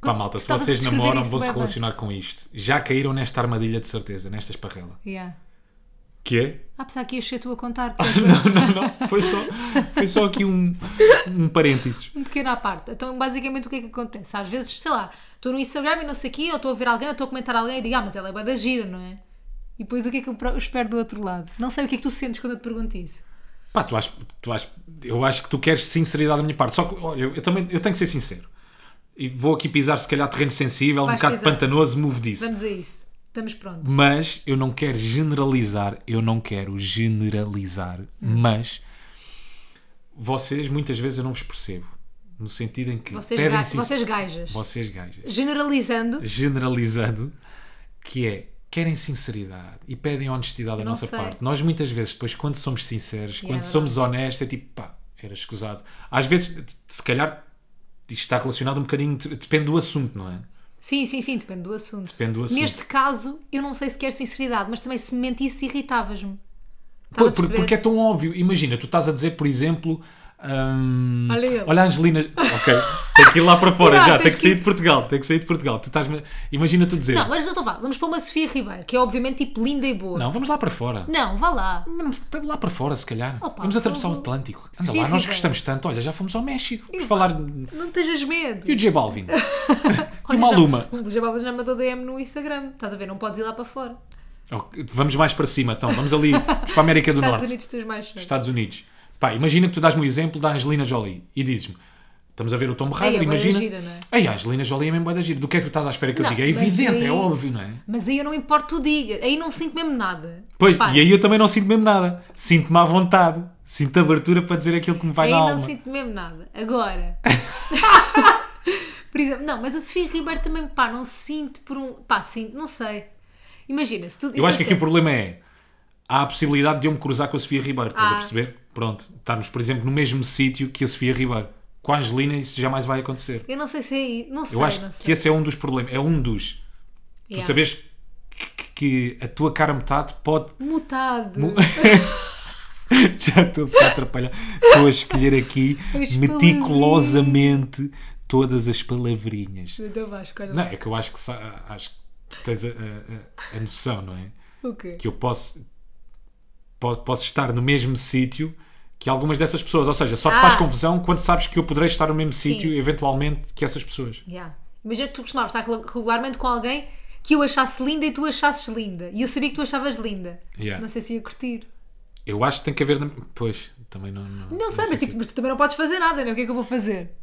S2: Pá, malta, se
S1: Estavas a
S2: vocês
S1: descrever
S2: namoram,
S1: isso,
S2: vão se
S1: bué bem.
S2: relacionar com isto. Já caíram nesta armadilha de certeza, nesta esparrela.
S1: Yeah.
S2: Que é?
S1: Ah, apesar que ias ser tu a contar,
S2: Não, não, não. Foi só, foi só aqui um, um parênteses.
S1: um pequeno à parte. Então, basicamente, o que é que acontece? Às vezes, sei lá, estou no Instagram e não sei o quê, ou estou a ver alguém, ou estou a comentar alguém e digo, ah, mas ela é bué da gira, não é? E depois o que é que eu pro- espero do outro lado? Não sei o que é que tu sentes quando eu te pergunto isso.
S2: Pá, tu acho, tu acho, eu acho que tu queres sinceridade da minha parte. Só que, olha, eu, eu também eu tenho que ser sincero. E vou aqui pisar, se calhar, terreno sensível, um
S1: Vais
S2: bocado
S1: pisar.
S2: pantanoso, move disso.
S1: Vamos a isso. Estamos prontos.
S2: Mas eu não quero generalizar, eu não quero generalizar, mas vocês muitas vezes eu não vos percebo. No sentido em que
S1: Vocês,
S2: pedem
S1: ga- vocês gajas.
S2: vocês gajas,
S1: Generalizando,
S2: generalizando, que é querem sinceridade e pedem honestidade da
S1: Não
S2: nossa
S1: sei.
S2: parte. Nós muitas vezes, depois, quando somos sinceros, quando
S1: verdade.
S2: somos honestos, é tipo pá, era escusado. Às vezes, se calhar, isto está relacionado um bocadinho, depende do assunto, não é?
S1: Sim, sim, sim, depende do assunto.
S2: Depende do assunto.
S1: Neste caso, eu não sei se quer sinceridade, mas também se me mentisse, irritavas-me.
S2: Pô,
S1: Estás Tá a
S2: por-
S1: perceber?
S2: porque é tão óbvio. Imagina, tu estás a dizer, por exemplo. hum,
S1: Olha ele.
S2: olha a Angelina. Ok, tem que ir lá para fora
S1: Ah,
S2: já, tem
S1: tens
S2: que
S1: que ir.
S2: sair de Portugal. Tem que sair de Portugal. Tu estás Imagina tu dizer.
S1: Não, mas então vá, vamos para uma Sofia Ribeiro, que é obviamente tipo linda e boa.
S2: Não, vamos lá para fora.
S1: Não, vá lá.
S2: Mas não- Lá para fora, se calhar.
S1: Opa,
S2: vamos atravessar
S1: fogo.
S2: o Atlântico. Anda
S1: Sofia
S2: lá, nós
S1: Ribeiro.
S2: gostamos tanto. Olha, já fomos ao México. Vamos falar.
S1: Não tejas medo.
S2: E o J Balvin? e
S1: Olha, já- um
S2: uma aluma.
S1: O Jabal já mandou DM no Instagram. Estás a ver? Não podes ir lá para fora.
S2: Ok, Vamos mais para cima, então. Vamos ali para a América do
S1: Estados
S2: Norte.
S1: Unidos tens mais chance.
S2: Estados Unidos. Pá, imagina que tu dás-me o exemplo da Angelina Jolie e dizes-me: estamos a ver o Tom
S1: Ei,
S2: Raider,
S1: é bué da
S2: imagina.
S1: gira, não é?
S2: Ei, a Angelina Jolie é mesmo boa da gira. Do que é que tu estás à espera que eu
S1: Não,
S2: diga? É
S1: mas
S2: evidente,
S1: aí-
S2: é óbvio, não é?
S1: Mas aí eu não importo o diga. Aí não sinto mesmo nada.
S2: Pois,
S1: Pá,
S2: e aí eu também não sinto mesmo nada. Sinto-me à vontade. Sinto abertura para dizer aquilo que me vai
S1: Aí
S2: na
S1: não
S2: alma.
S1: sinto mesmo nada. Agora. por exemplo, não, mas a Sofia Ribeiro também, pá, não sinto por um. pá, sinto, não sei. Imagina, se tu.
S2: Eu acho que aqui o problema é. Há a possibilidade de eu me cruzar com a Sofia Ribeiro, estás a
S1: Ah.
S2: perceber? Pronto, estarmos, por exemplo, no mesmo sítio que a Sofia Ribeiro. Com a Angelina, isso jamais vai acontecer.
S1: Eu não sei se é aí. Não sei,
S2: Eu acho
S1: não
S2: que
S1: sei.
S2: esse é um dos problemas. É um dos. Tu
S1: Yeah.
S2: sabes que, que- que a tua cara metade pode.
S1: Mutado.
S2: Já estou a ficar atrapalhado. Estou a escolher aqui
S1: As
S2: meticulosamente todas as palavrinhas.
S1: Então vá, escolhe
S2: Não,
S1: lá.
S2: é que eu acho que, sa- acho que tu tens a, a- a- a noção, não é?
S1: O quê?
S2: Que eu posso, po- posso estar no mesmo sítio que algumas dessas pessoas. Ou seja, só te
S1: Ah.
S2: faz confusão quando sabes que eu poderei estar no mesmo sítio,
S1: Sim.
S2: eventualmente, que essas pessoas.
S1: Yeah. Imagina que tu costumavas estar regu- regularmente com alguém que eu achasse linda e tu achasses linda. E eu sabia que tu achavas linda.
S2: Yeah.
S1: Não sei se ia curtir.
S2: Eu acho que tem que haver. Pois, também não. Não,
S1: Não sei,
S2: sei
S1: mas,
S2: se-
S1: tipo, mas tu também não podes fazer nada, né? O que é que eu vou fazer?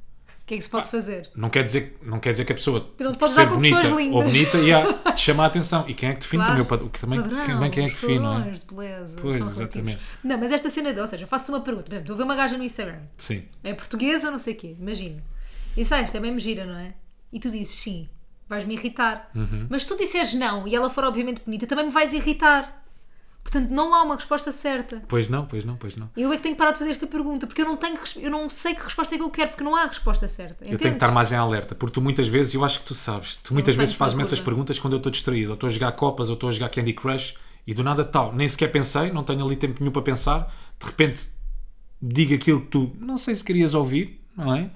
S1: O que é que se pode
S2: Ah,
S1: fazer?
S2: não quer dizer não quer dizer que a pessoa
S1: Tu Então não te
S2: por
S1: podes dar com pessoas lindas.
S2: ou bonita e há de chamar a atenção e quem é que define
S1: Claro.
S2: também o pad- o que também
S1: Padrão,
S2: quem, bem, quem é que
S1: os
S2: define não é
S1: padrões de beleza.
S2: Pois,
S1: são relativos.
S2: exatamente.
S1: Não, mas esta cena, de, ou seja, faço-te uma pergunta. Por exemplo, estou a ver uma gaja no Instagram.
S2: sim
S1: É portuguesa, não sei o quê, imagino. E sabes, esta é mesmo gira, não é? E tu dizes sim, vais-me irritar.
S2: Uhum.
S1: Mas se tu disseres não e ela for obviamente bonita, também me vais irritar. Portanto, não há uma resposta certa.
S2: pois não pois não pois não
S1: Eu é que tenho que parar de fazer esta pergunta, porque eu não, tenho, que res- eu não sei que resposta é que eu quero, porque não há a resposta certa.
S2: eu tenho que estar mais em alerta porque tu muitas vezes eu acho que tu sabes tu muitas
S1: tenho
S2: vezes fazes-me
S1: procura.
S2: essas perguntas quando eu estou distraído ou estou a jogar copas ou estou a jogar Candy Crush e do nada tal nem sequer pensei não tenho ali tempo nenhum para pensar de repente digo aquilo que tu não sei se querias ouvir não é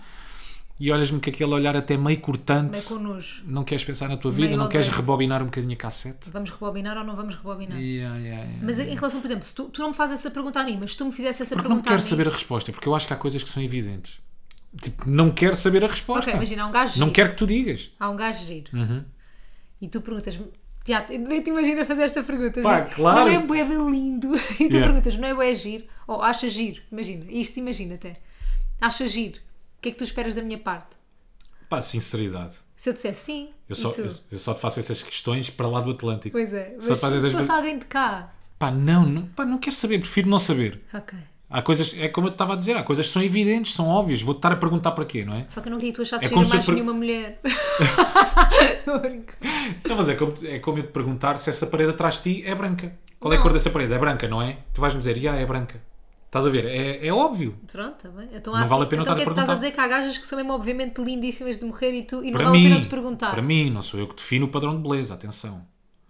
S2: e olhas-me com aquele olhar até meio cortante
S1: Meio com nojo.
S2: não queres pensar na tua vida
S1: Meio
S2: não queres
S1: odeio.
S2: rebobinar um bocadinho a cassete
S1: Vamos rebobinar ou não vamos rebobinar?
S2: Yeah, yeah, yeah.
S1: Mas em relação, por exemplo, se tu, tu não me fazes essa pergunta a mim, mas se tu me fizesse essa
S2: Porque não
S1: pergunta
S2: quero
S1: a mim...
S2: saber a resposta, porque eu acho que há coisas que são evidentes. Tipo, não quero saber a resposta.
S1: Ok, imagina, há um gajo
S2: Não
S1: giro.
S2: quero que tu digas.
S1: Há um gajo giro.
S2: Uhum.
S1: E tu perguntas-me. Já, eu nem te imagina fazer esta pergunta.
S2: Pá,
S1: não é?
S2: claro.
S1: Não é bué de lindo. E tu
S2: Yeah.
S1: perguntas, não é bué giro? Ou acha giro? Imagina, isto imagina até. Acha giro? O que é que tu esperas da minha parte?
S2: Pá, sinceridade.
S1: Se eu disser sim,
S2: Eu
S1: e
S2: só,
S1: tu?
S2: eu, eu só te faço essas questões para lá do Atlântico.
S1: Pois é, mas
S2: Só
S1: se,
S2: para dizer-
S1: se fosse alguém de cá...
S2: Pá, não, não, pá, não quero saber, prefiro não saber.
S1: Ok.
S2: Há coisas, é como eu te estava a dizer, há coisas que são evidentes, são óbvias. Vou-te estar a perguntar para quê, não é?
S1: Só que eu não queria que tu achasses
S2: É
S1: giro
S2: como se eu
S1: mais
S2: per-
S1: nenhuma mulher. Estou a brincar.
S2: Não, mas é como, é como eu te perguntar se essa parede atrás de ti é branca. Qual é a
S1: Não.
S2: cor dessa parede? É branca, não é? Tu vais-me dizer, já, é branca. Estás a ver? É, é óbvio.
S1: Pronto, está bem. Então, há
S2: Não
S1: assim,
S2: vale a pena
S1: então o
S2: estar a
S1: que é que estás
S2: perguntar.
S1: a dizer que há gajas que são mesmo obviamente lindíssimas de morrer e tu... E não
S2: para
S1: vale a
S2: mim,
S1: pena te perguntar.
S2: para mim, não sou eu que defino o padrão de beleza, atenção.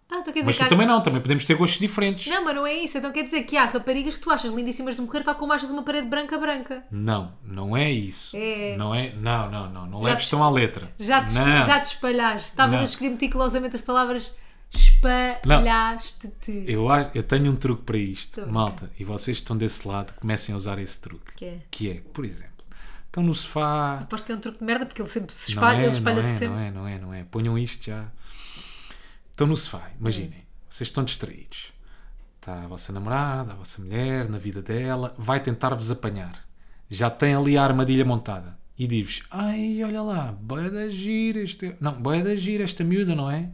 S1: Ah, então quer dizer
S2: Mas
S1: que
S2: tu
S1: há...
S2: também não, também podemos ter gostos diferentes.
S1: Não, mas não é isso. Então quer dizer que há raparigas que tu achas lindíssimas de morrer, tal como achas uma parede branca branca.
S2: Não, não é isso.
S1: É.
S2: Não é, não, não, não, não
S1: Já
S2: leves
S1: te-
S2: tão à letra.
S1: Já te,
S2: não.
S1: já te espalhaste. Estavas
S2: Não.
S1: a escolher meticulosamente as palavras
S2: Não.
S1: espalhaste-te.
S2: Eu, acho- eu tenho um truque para isto,
S1: Truque.
S2: malta, e vocês que estão desse lado, comecem a usar esse truque.
S1: Que é?
S2: Que é, por exemplo, estão no sofá.
S1: Aposto que é um truque de merda porque ele sempre se
S2: Não
S1: espalha,
S2: é,
S1: ele espalha-se
S2: não é,
S1: sempre.
S2: Não é, não é, não é. Ponham isto já. Estão no sofá, imaginem.
S1: É.
S2: Vocês estão distraídos. Está a vossa namorada, a vossa mulher, na vida dela, vai tentar-vos apanhar. Já tem ali a armadilha montada. e dizes, ai, olha lá, boia da gira, este... não, boia da gira esta miúda, não é?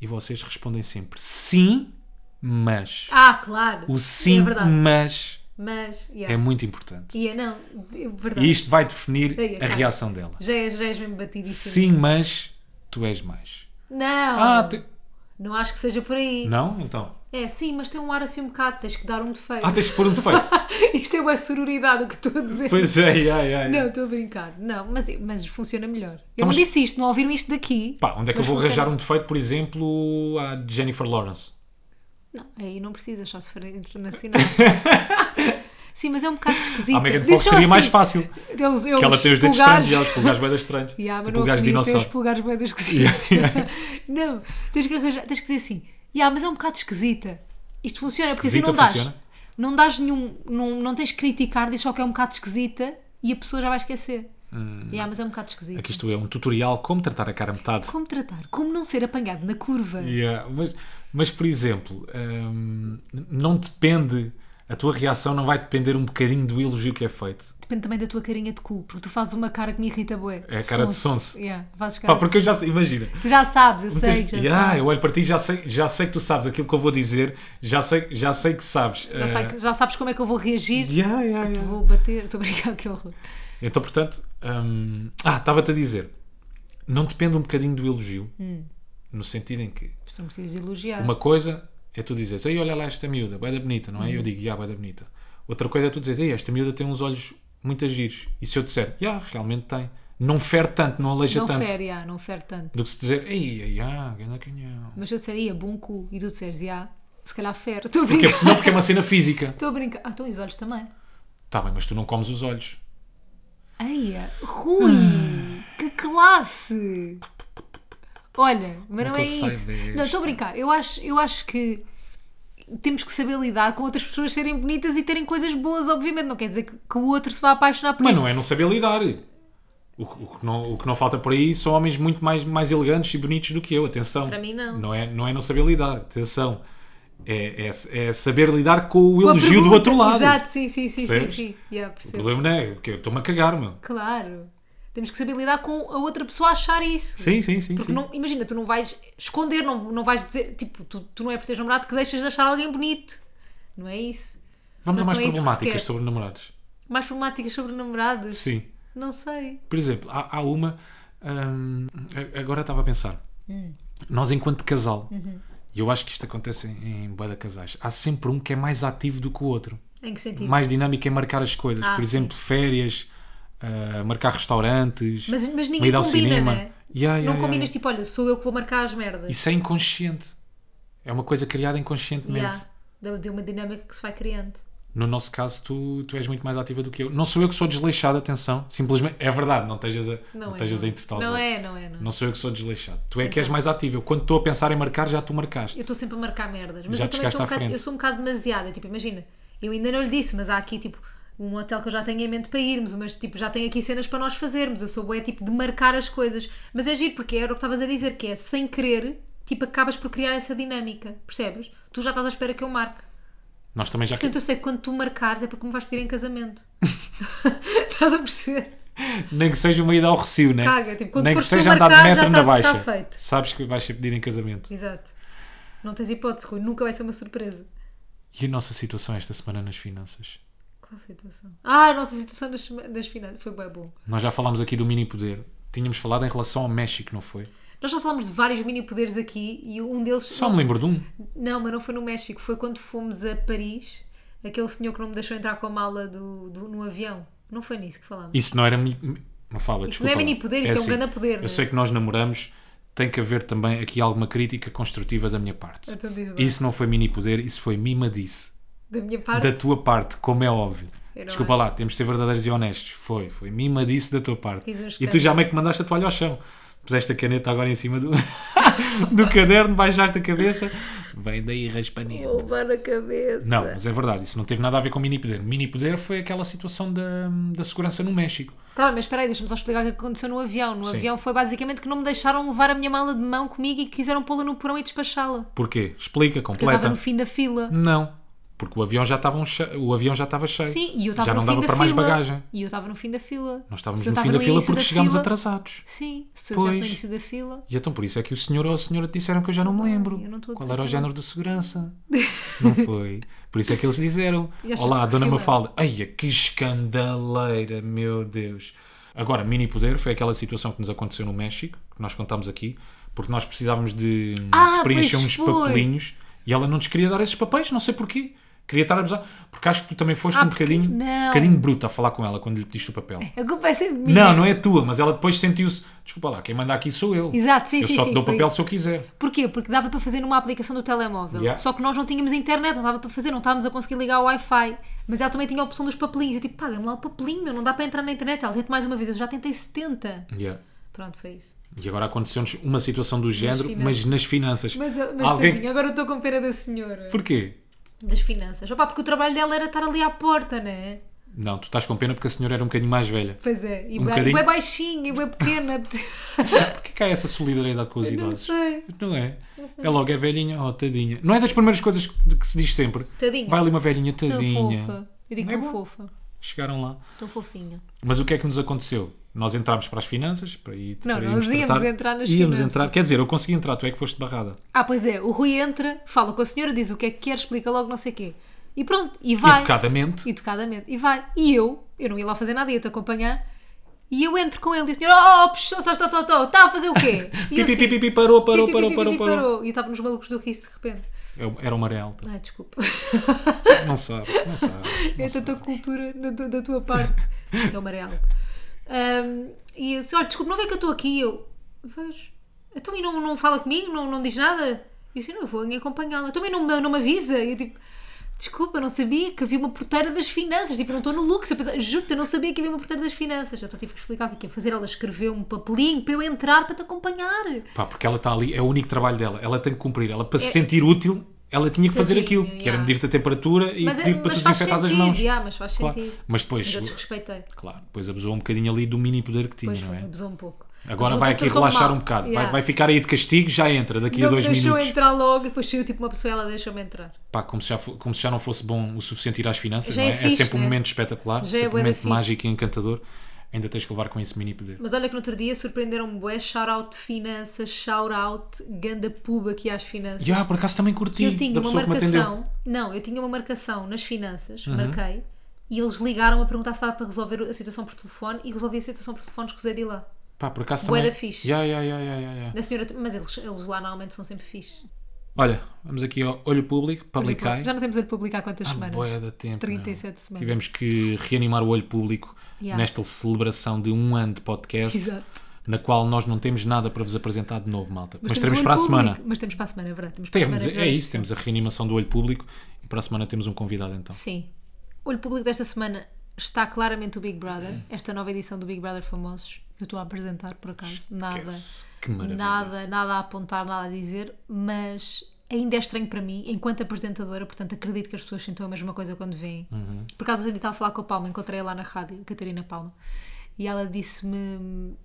S2: E vocês respondem sempre, sim, mas.
S1: Ah, claro.
S2: o sim,
S1: É verdade.
S2: mas
S1: Mas, yeah.
S2: é muito importante.
S1: E é não, é verdade.
S2: E isto vai definir
S1: Ei,
S2: a
S1: cara.
S2: reação dela.
S1: Já és, já és mesmo batidíssimo.
S2: Sim, mas tu és mais.
S1: Não,
S2: Ah, te-
S1: não acho que seja por aí.
S2: não? Então.
S1: É, sim, mas tem um ar assim um bocado, tens que dar um defeito.
S2: Ah, tens que pôr um defeito.
S1: Isto é uma sororidade o que estou a dizer.
S2: pois é, ai, ai, ai.
S1: Não, estou a brincar. Não, mas, mas funciona melhor. Eu
S2: Então,
S1: não
S2: mas-
S1: disse isto, não ouviram isto daqui.
S2: Pá, onde é que
S1: Mas
S2: eu vou
S1: funciona.
S2: arranjar um defeito, por exemplo, à Jennifer Lawrence?
S1: Não, aí não precisa, só se for internacional. sim, mas é um bocado esquisito. assim,
S2: À Megan Fox seria mais fácil.
S1: Deus, eu,
S2: Que ela tem os dedos
S1: pulgares.
S2: estranhos e ela os pulgares bem estranhos.
S1: Yeah, mas
S2: Tipo
S1: não
S2: pulgares de
S1: acredito, tem os
S2: dinossauro.
S1: pulgares bem esquisitos.
S2: Yeah, yeah.
S1: Não, tens que, arranjar, tens que dizer assim, yeah, mas é um bocado esquisita. Isto funciona, porque assim
S2: Esquisita
S1: não dás.
S2: funciona?
S1: Não dás nenhum. Não, não tens que criticar, diz só que é um bocado esquisita e a pessoa já vai esquecer. Yeah, mas é um bocado esquisita.
S2: Hum. Aqui isto é um tutorial como tratar a cara a metade.
S1: Como tratar? Como não ser apanhado na curva?
S2: Yeah, Mas, mas, por exemplo, hum, não depende, a tua reação não vai depender um bocadinho do elogio que é feito.
S1: Depende também da tua carinha de cu, porque tu fazes uma cara que me irrita bué.
S2: É a cara de sonso.
S1: Yeah, fazes cara
S2: Pá, porque eu já sei, imagina.
S1: de- Tu já sabes, eu sei, já
S2: Yeah,
S1: sabes.
S2: eu olho para ti e já sei, já sei que tu sabes aquilo que eu vou dizer, já sei, já sei que sabes.
S1: Já,
S2: eh,
S1: sai que- já sabes como é que eu vou reagir,
S2: yeah, yeah, yeah.
S1: te vou bater, estou a brincar, que horror.
S2: Então, portanto, hum, ah, estava-te a dizer, não depende um bocadinho do elogio,
S1: Hum.
S2: no sentido em que
S1: Mas tu não precisas de elogiar.
S2: Uma coisa é tu dizeres, ei, olha lá esta miúda, bué da bonita, não é?
S1: Hum.
S2: Eu digo, já, bué da bonita. Outra coisa é tu dizeres, ei, esta miúda tem uns olhos muito giros. E se eu disser, já, realmente tem. Não fere tanto, não aleija
S1: Não
S2: tanto.
S1: fere, yeah, não fere tanto.
S2: Do que se dizer, ei, já, ganda canhão.
S1: Mas se eu disser, ia, bom cu, e tu disseres, yeah, se calhar fere, estou a
S2: Porque,
S1: brincar.
S2: não, porque é uma cena física.
S1: Estou a brincar. Ah, estão os olhos também.
S2: Tá bem, mas tu não comes os olhos.
S1: Eia, Rui,
S2: Ah.
S1: que classe! Olha, mas não
S2: que
S1: é
S2: eu saio
S1: isso.
S2: desta?
S1: Não, estou a brincar. Eu acho, eu acho que temos que saber lidar com outras pessoas serem bonitas e terem coisas boas, obviamente. Não quer dizer que que o outro se vá apaixonar por
S2: Mas
S1: isso.
S2: não é não saber lidar. O, que- o que não, o que não falta por aí são homens muito mais, mais elegantes e bonitos do que eu, atenção.
S1: Para mim, não.
S2: Não é não, é não saber lidar, atenção. É, é, é saber lidar com
S1: Com
S2: o
S1: a
S2: elogio do
S1: pergunta.
S2: outro lado.
S1: Exato, sim, sim, sim, sim,
S2: Percebes?
S1: sim. Yeah,
S2: O
S1: percebo.
S2: problema não é que eu estou-me a cagar, meu.
S1: Claro. Temos que saber lidar com a outra pessoa a achar isso.
S2: Sim, sim, sim.
S1: Porque
S2: sim.
S1: não, imagina, tu não vais esconder, não, não vais dizer, tipo, tu, tu não é por teres namorado que deixas de achar alguém bonito. Não é isso.
S2: Vamos a
S1: não
S2: mais
S1: é isso que se
S2: problemáticas
S1: quer.
S2: sobre namorados.
S1: Mais problemáticas sobre namorados?
S2: Sim.
S1: Não sei.
S2: Por exemplo, há, há uma. hum, a- agora estava a pensar.
S1: Hum.
S2: Nós, enquanto casal,
S1: Uhum.
S2: e eu acho que isto acontece em, em bué de casais, há sempre um que é mais ativo do que o outro.
S1: Em que sentido?
S2: Mais dinâmico em marcar as coisas.
S1: Ah,
S2: Por exemplo, férias, ah, marcar restaurantes.
S1: Mas, mas
S2: uma
S1: ninguém combina,
S2: ida ao cinema.
S1: né?
S2: Yeah, yeah,
S1: não
S2: yeah,
S1: combinas,
S2: yeah.
S1: tipo, olha, sou eu que vou marcar as merdas.
S2: Isso é inconsciente. É uma coisa criada inconscientemente.
S1: Yeah. Deu deu uma dinâmica que se vai criando.
S2: No nosso caso, tu, tu és muito mais ativa do que eu. Não sou eu que sou desleixado, atenção. Simplesmente. É verdade, não estejas a, não
S1: Não, é,
S2: estejas a entretar os
S1: não. não
S2: outros.
S1: é, não é, não é.
S2: Não sou eu que sou desleixado. Tu é que és mais ativa. Eu, quando estou a pensar em marcar, já tu marcaste.
S1: Eu estou sempre a marcar merdas. Mas
S2: Já
S1: eu
S2: te
S1: também
S2: chegaste
S1: sou um,
S2: à
S1: bocado,
S2: frente.
S1: eu sou um bocado demasiada. Tipo, imagina, eu ainda não lhe disse, mas há aqui, tipo, um hotel que eu já tenho em mente para irmos, mas, tipo, já tem aqui cenas para nós fazermos. Eu sou boa, tipo, de marcar as coisas. Mas é giro, porque era o que estavas a dizer, que é, sem querer, tipo, acabas por criar essa dinâmica, percebes? Tu já estás à espera que eu marque.
S2: Nós também já.
S1: Portanto, eu sei que quando tu marcares é porque me vais pedir em casamento. Estás a perceber?
S2: Nem que seja uma ida ao recio, né?
S1: Caga, tipo, quando
S2: Nem que
S1: fores tu
S2: seja andar de
S1: marcar,
S2: metro
S1: já
S2: na
S1: tá-
S2: baixa.
S1: tá feito.
S2: Sabes que vais ser pedir em casamento.
S1: Exato. Não tens hipótese, Rui. Nunca vai ser uma surpresa.
S2: E a nossa situação esta semana nas finanças?
S1: Qual situação? Ah, a nossa situação das, sema- das finanças. Foi bem bom.
S2: Nós já falámos aqui do mini poder. Tínhamos falado em relação ao México, não foi?
S1: Nós já falámos de vários mini poderes aqui e um deles.
S2: Só me lembro de um.
S1: Não, mas não foi no México. Foi quando fomos a Paris. Aquele senhor que não me deixou entrar com a mala do, do- no avião. Não foi nisso que falámos.
S2: Isso não era. mi- mi- Não fala,
S1: Isso
S2: desculpa.
S1: não é
S2: lá. assim,
S1: mini poder, isso é um grande poder, não
S2: Eu
S1: é?
S2: sei que nós namoramos, tem que haver também aqui alguma crítica construtiva da minha parte.
S1: Então diz lá.
S2: Isso não foi mini poder, isso foi mimadice.
S1: Da minha parte.
S2: Da tua parte, como é óbvio.
S1: Eu não
S2: Desculpa
S1: acho.
S2: lá, temos de ser verdadeiros e honestos. Foi, foi mimadice da tua parte.
S1: Fiz uns
S2: E tu já
S1: cantos.
S2: meio que mandaste a toalha ao chão. Puseste a caneta agora em cima do, do caderno, baixaste a cabeça. Vem daí raspanete.
S1: Vou levar na cabeça.
S2: Não, mas é verdade, isso não teve nada a ver com mini poder. Mini poder foi aquela situação da, da segurança no México.
S1: Tá bem, mas espera aí, deixa-me só explicar o que aconteceu no avião. No
S2: Sim.
S1: avião foi basicamente que não me deixaram levar a minha mala de mão comigo e que quiseram pô-la no porão e despachá-la.
S2: Porquê? Explica,
S1: Porque eu estava
S2: completa.
S1: no fim da fila.
S2: é tá? Não. Porque o avião já estava um che- o avião já estava cheio.
S1: Sim, e eu
S2: já
S1: estava
S2: não
S1: no fim
S2: dava
S1: da
S2: para
S1: fila.
S2: mais bagagem.
S1: E eu estava no fim da fila.
S2: Nós estávamos
S1: Se eu
S2: no fim
S1: estava
S2: da fila
S1: início
S2: porque
S1: da
S2: chegámos
S1: fila-
S2: atrasados.
S1: Sim, se eu estivesse no
S2: Pois.
S1: início da fila.
S2: E então por isso é que o senhor ou a senhora disseram que eu já não me lembro.
S1: eu não estou a
S2: Qual
S1: dizer
S2: era o
S1: que
S2: género do segurança? Não foi. Por isso é que eles disseram.
S1: E achaste
S2: Olá,
S1: que
S2: dona
S1: fila?
S2: Mafalda. Ai, é que escandaleira, meu Deus. Agora, mini poder foi aquela situação que nos aconteceu no México, que nós contámos aqui, porque nós precisávamos de,
S1: Ah,
S2: de preencher
S1: pois
S2: uns
S1: foi.
S2: papelinhos e ela não nos queria dar esses papéis, não sei porquê. Queria estar a abusar. Porque acho que tu também foste
S1: Ah,
S2: um
S1: porque-
S2: bocadinho,
S1: não.
S2: um bocadinho bruta a falar com ela quando lhe pediste o papel.
S1: A culpa é sempre minha.
S2: Não, não é tua, mas ela depois sentiu-se. Desculpa lá, quem manda aqui sou eu.
S1: Exato, sim,
S2: Eu
S1: sim,
S2: só
S1: sim,
S2: te dou
S1: foi-
S2: papel se eu quiser.
S1: Porquê? Porque dava para fazer numa aplicação do telemóvel.
S2: Yeah.
S1: Só que nós não tínhamos internet, não dava para fazer, não estávamos a conseguir ligar o Wi-Fi. Mas ela também tinha a opção dos papelinhos. Eu tipo, pá, dê-me lá o papelinho, meu, não dá para entrar na internet. Ela tenta mais uma vez, eu já tentei 70.
S2: Yeah.
S1: Pronto, foi isso.
S2: E agora aconteceu-nos uma situação do género,
S1: finanças.
S2: mas nas finanças.
S1: Mas, mas
S2: Alguém...
S1: tadinha, agora eu estou com pena da senhora.
S2: Porquê?
S1: Das finanças. Opá, porque o trabalho dela era estar ali à porta, né?
S2: Não, tu estás com pena porque a senhora era um bocadinho mais velha.
S1: Pois é. E bem
S2: Um bocadinho.
S1: bem baixinha, e bem pequena.
S2: Porquê que há essa solidariedade com os
S1: não
S2: idosos?
S1: sei.
S2: Não é? É logo, é velhinha, oh, tadinha. Não é das primeiras coisas que que se diz sempre.
S1: Tadinha.
S2: Vai ali uma velhinha,
S1: Tão
S2: tadinha.
S1: fofa. Eu digo
S2: Não é
S1: tão
S2: bom?
S1: fofa.
S2: Chegaram lá.
S1: Tão fofinha.
S2: Mas o que é que nos aconteceu? Nós entrámos para as finanças, para ir
S1: Não,
S2: para
S1: nós
S2: irmos
S1: íamos
S2: tratar-
S1: entrar nas
S2: íamos
S1: finanças.
S2: entrar, quer dizer, eu consegui entrar, tu é que foste barrada.
S1: Ah, pois é. O Rui entra, fala com a senhora, diz o que é que quer, explica logo não sei o quê. E pronto. E vai.
S2: Educadamente.
S1: E tocadamente. E vai. E eu, eu não ia lá fazer nada, ia-te acompanhar. E eu entro com ele e o senhor, oh, oh, psh, oh, tó, tó, tó, tó, está a fazer o quê? E eu
S2: Pi, pi,
S1: assim,
S2: pi, pi, parou, parou,
S1: pi, pi,
S2: parou,
S1: pi, pi,
S2: parou,
S1: pi,
S2: parou.
S1: E eu estava nos malucos do riso de repente.
S2: Eu- Era uma tá? areia alta.
S1: Ai, desculpa.
S2: Não sabe, não sabe.
S1: É tanta cultura na tu- da tua parte. É o amarelo. Ahm, e eu disse, olha, desculpa, não vê que eu estou aqui? E Eu, vejo. Então, e não, não fala comigo? Não, não diz nada? E eu disse, não, eu vou em acompanhá-la. Também não, me- não me avisa? E eu, tipo, desculpa, não sabia que havia uma porteira das finanças. Tipo, eu não estou no luxo. Eu pensava, juro-te, eu não sabia que havia uma porteira das finanças. Então tive que explicar o que é que ia fazer. Ela escreveu um papelinho para eu entrar, para te acompanhar.
S2: Pá, porque ela está ali, é o único trabalho dela. Ela tem que cumprir. Ela, para se sentir útil, ela tinha que fazer
S1: Tadinho,
S2: aquilo. Que era
S1: É- yeah.
S2: medir-te a temperatura e
S1: Mas, é-
S2: pedir para
S1: mas
S2: tu
S1: faz
S2: desinfetares
S1: sentido,
S2: as mãos.
S1: já, mas faz
S2: Claro.
S1: sentido.
S2: Mas
S1: Mas
S2: depois,
S1: eu desrespeitei.
S2: claro, depois abusou um bocadinho ali do mini poder que tinha,
S1: Pois
S2: não
S1: foi,
S2: é?
S1: abusou um pouco.
S2: Agora
S1: Abusou
S2: vai
S1: porque
S2: aqui
S1: correu
S2: relaxar
S1: mal.
S2: um bocado. Vai-
S1: Yeah.
S2: Vai, ficar aí de castigo, já entra daqui a
S1: não me
S2: dois
S1: deixou
S2: minutos.
S1: entrar logo e depois saiu tipo uma pessoa e ela deixou-me entrar.
S2: Pá, como se, já, fo- como se já não fosse bom o suficiente ir às finanças,
S1: Já
S2: não
S1: é
S2: é?
S1: fixe,
S2: sempre um
S1: né?
S2: momento espetacular,
S1: Já é
S2: sempre um
S1: bué da
S2: momento
S1: fixe.
S2: mágico e encantador. Ainda tens que levar com esse mini poder.
S1: Mas olha que no outro dia surpreenderam-me bué, shout-out de finanças, shout-out ganda puba aqui às finanças.
S2: Ya, ah, por acaso também curti.
S1: Que eu tinha
S2: da
S1: uma
S2: pessoa que me atendeu. Uhum.
S1: marcação, não, eu tinha uma marcação nas finanças, marquei, e eles ligaram a perguntar se dava para resolver a situação por telefone e resolvi a situação por telefone, escusei de ir lá.
S2: Pá, por acaso
S1: Bué
S2: também.
S1: da fixe.
S2: Ya, ya, ya, ya, ya, ya.
S1: Da senhora, mas eles, eles lá normalmente são sempre fixe.
S2: Olha, vamos aqui ao Olho Público, Public Eye.
S1: Já não temos a publicar quantas semanas?
S2: Ah, Bué da tempo,
S1: 37
S2: meu.
S1: semanas.
S2: Tivemos que reanimar o Olho Público
S1: Ya.
S2: nesta celebração de um ano de podcast,
S1: Exato.
S2: na qual nós não temos nada para vos apresentar de novo, malta. Mas,
S1: temos um
S2: teremos
S1: olho
S2: para a
S1: público.
S2: semana.
S1: Mas temos para a semana, é verdade. Temos para a
S2: Temos,
S1: semana,
S2: é isso, temos a reanimação do Olho Público e para a semana temos um convidado então.
S1: Sim. Olho público desta semana está claramente o Big Brother, esta nova edição do Big Brother Famosos, que eu estou a apresentar por acaso. Nada,
S2: Esquece. Que maravilha.
S1: nada, nada a apontar, nada a dizer, mas ainda é estranho para mim, enquanto apresentadora, portanto acredito que as pessoas sentam a mesma coisa quando vêm.
S2: Uhum.
S1: Por acaso eu estava a falar com a Palma, encontrei-a lá na rádio, a Catarina Palma, e ela disse-me.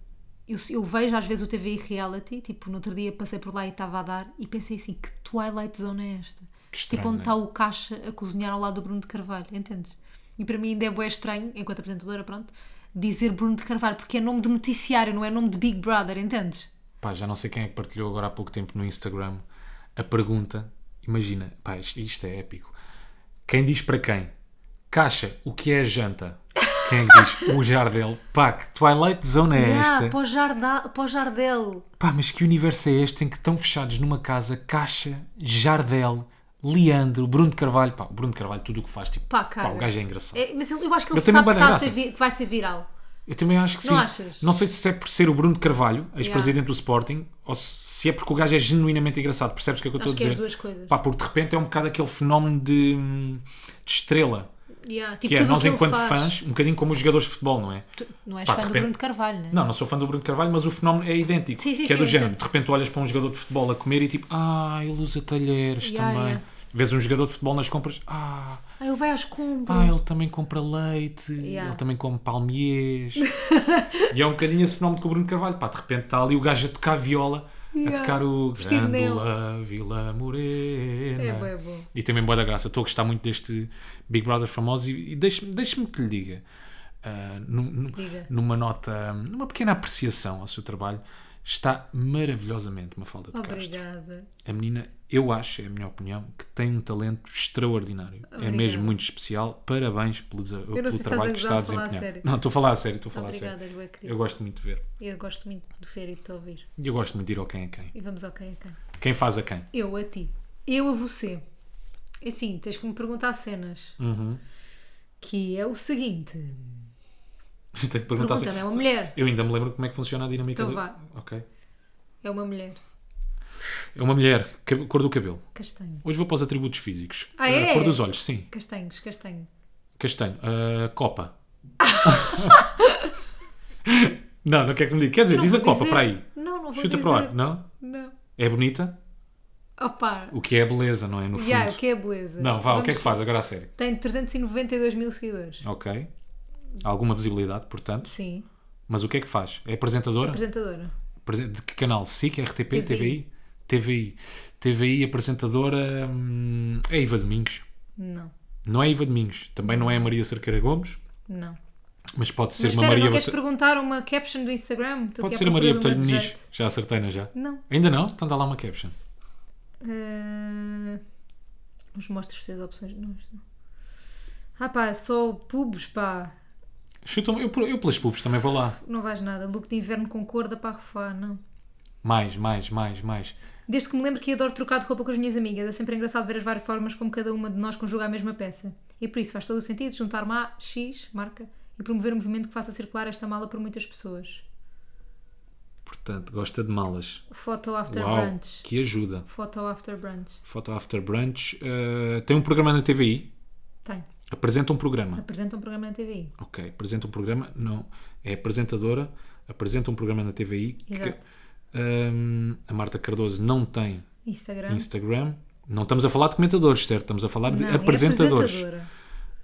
S1: Eu, eu vejo às vezes o TVI Reality, tipo, no outro dia passei por lá e estava a dar, e pensei assim: que Twilight Zone é esta?
S2: Que estranho,
S1: tipo, onde
S2: né?
S1: está o Caixa a cozinhar ao lado do Bruno de Carvalho, entendes? E para mim ainda é bué estranho, enquanto apresentadora, pronto, dizer Bruno de Carvalho, porque é nome de noticiário, não é nome de Big Brother, entendes?
S2: Pá, já não sei quem é que partilhou agora há pouco tempo no Instagram a pergunta. Imagina, pá, isto, isto é épico. Quem diz para quem? Caixa, o que é a janta? Quem é que diz? o Jardel. Pá, que Twilight Zone é
S1: Ah,
S2: esta?
S1: para o Jarda- para o Jardel.
S2: Pá, mas que universo é este em que estão fechados numa casa Caixa, Jardel, Leandro, Bruno de Carvalho? Pá, o Bruno de Carvalho, tudo o que faz, tipo,
S1: Pá,
S2: pá,
S1: cara.
S2: o gajo é engraçado.
S1: É, mas ele- eu acho que
S2: Eu
S1: ele
S2: também
S1: sabe que,
S2: bué
S1: está
S2: da
S1: a ser
S2: graça.
S1: vi- que vai ser viral.
S2: Eu também acho que
S1: Não
S2: sim.
S1: achas?
S2: Não sei se é por ser o Bruno de Carvalho, ex-presidente do Sporting, ou se é porque o gajo é genuinamente engraçado. Percebes o que é que eu estou a
S1: Acho que é
S2: dizer?
S1: as duas coisas.
S2: Pá, porque de repente é um bocado aquele fenómeno de, hum, de estrela.
S1: Yeah,
S2: Que
S1: tipo,
S2: é,
S1: tudo o
S2: nós
S1: que ele
S2: enquanto
S1: faz. Uhum.
S2: fãs, um bocadinho como os jogadores de futebol, não é?
S1: Tu não és
S2: Pá,
S1: fã
S2: de
S1: do
S2: repente-
S1: Bruno de Carvalho, né?
S2: Não, não sou fã do Bruno de Carvalho, mas o fenómeno é idêntico.
S1: Sim, sim,
S2: que é
S1: sim,
S2: do género.
S1: entendo.
S2: De repente olhas para um jogador de futebol a comer e tipo, ah, ele usa talheres
S1: Yeah,
S2: também.
S1: yeah.
S2: Vês um jogador de futebol nas compras, ah,
S1: Ah, ele vai aos compras.
S2: pá, ele também compra leite,
S1: Yeah.
S2: ele também come palmiers. e é um bocadinho esse fenómeno com o Bruno de Carvalho. Pá, de repente está ali o gajo a tocar viola.
S1: Yeah.
S2: a tocar o
S1: Vestido
S2: Grande
S1: nele.
S2: Vila, Vila Morena.
S1: É bué bom.
S2: E também boa da graça. Estou a gostar muito deste Big Brother famoso e, e deixa-me deixa-me que lhe diga, ah, num- num-
S1: Diga.
S2: numa nota, numa pequena apreciação ao seu trabalho, está maravilhosamente uma falda de Castro.
S1: Obrigada.
S2: A menina, eu acho, é a minha opinião, que tem um talento extraordinário. É
S1: Obrigada.
S2: mesmo muito especial. Parabéns pelo, desa-
S1: sei
S2: pelo
S1: se estás
S2: trabalho
S1: a
S2: que
S1: gozar ou
S2: está a
S1: a falar a
S2: desempenhar.
S1: sério.
S2: Não, estou a falar a sério, estou a falar a
S1: Obrigada,
S2: sério.
S1: és bué querida.
S2: Eu gosto muito de ver.
S1: Eu gosto muito de ver e de te ouvir.
S2: E eu gosto muito de ir ao quem é quem.
S1: E vamos ao quem é quem.
S2: Quem faz a quem.
S1: Eu a ti. Eu a você. É assim, tens que me perguntar cenas.
S2: Uhum.
S1: Que é o seguinte.
S2: Tenho que perguntar
S1: Pergunta-me, é uma mulher.
S2: Eu ainda me lembro como é que funciona a dinâmica.
S1: Então
S2: do-
S1: vá.
S2: Ok.
S1: É uma mulher.
S2: É uma mulher, cab- cor do cabelo.
S1: Castanho.
S2: Hoje vou para os atributos físicos.
S1: Ah,
S2: Eh,
S1: é?
S2: Cor dos olhos, sim.
S1: Castanhos, castanho.
S2: Castanho. Ah, copa. não, não quer que me diga. Quer dizer,
S1: Não
S2: diz a
S1: vou
S2: copa,
S1: dizer.
S2: para aí.
S1: Não, não vou
S2: Chuta
S1: dizer.
S2: para o ar, não?
S1: Não.
S2: É bonita?
S1: Opa.
S2: O que é a beleza, não é? No fundo.
S1: Yeah, o que é a beleza?
S2: Não, vá, o que é que
S1: Vamos-
S2: faz agora a sério?
S1: Tem 392 mil seguidores.
S2: Ok. Alguma visibilidade, portanto.
S1: Sim.
S2: Mas o que é que faz? É apresentadora?
S1: Apresentadora.
S2: Presen- De que canal? SIC, RTP,
S1: TVI?
S2: TVI? TVI. TVI, apresentadora. hum, é Iva Domingos.
S1: Não.
S2: Não é Iva Domingos. Também não é a Maria Cerqueira Gomes.
S1: Não.
S2: Mas pode ser
S1: Mas
S2: uma
S1: espera,
S2: Maria
S1: não queres
S2: Bata-
S1: perguntar uma caption do Instagram? Estou
S2: Pode
S1: aqui
S2: ser
S1: à
S2: a Maria
S1: procura
S2: Botelho
S1: de uma de
S2: Muniz.
S1: jeito.
S2: Já acertei, não é já?
S1: Não.
S2: Ainda não? Então dá lá uma caption.
S1: Ah, Mas mostro três opções. Não, isto não. Ah pá, só pubs, pá.
S2: Chutam, eu, eu pelas pubs também vou lá.
S1: Não vais nada. Look de inverno com cor da parrofá, não.
S2: Mais, mais, mais, mais.
S1: Desde que me lembro que adoro trocar de roupa com as minhas amigas, é sempre engraçado ver as várias formas como cada uma de nós conjuga a mesma peça. E por isso faz todo o sentido juntar-me a X, marca, e promover um movimento que faça circular esta mala por muitas pessoas.
S2: Portanto, gosta de malas.
S1: Foto after
S2: Uau,
S1: brunch.
S2: que ajuda.
S1: Foto after brunch.
S2: Foto After Brunch. eh, tem um programa na TVI.
S1: Tem.
S2: Apresenta um programa.
S1: Apresenta um programa na TVI.
S2: Ok, apresenta um programa, não, é apresentadora, apresenta um programa na TVI. que-
S1: Exato.
S2: Hum, a Marta Cardoso não tem
S1: Instagram.
S2: Instagram. Não estamos a falar de comentadores, certo? Estamos a falar de
S1: Não, é
S2: apresentadores.
S1: apresentadora.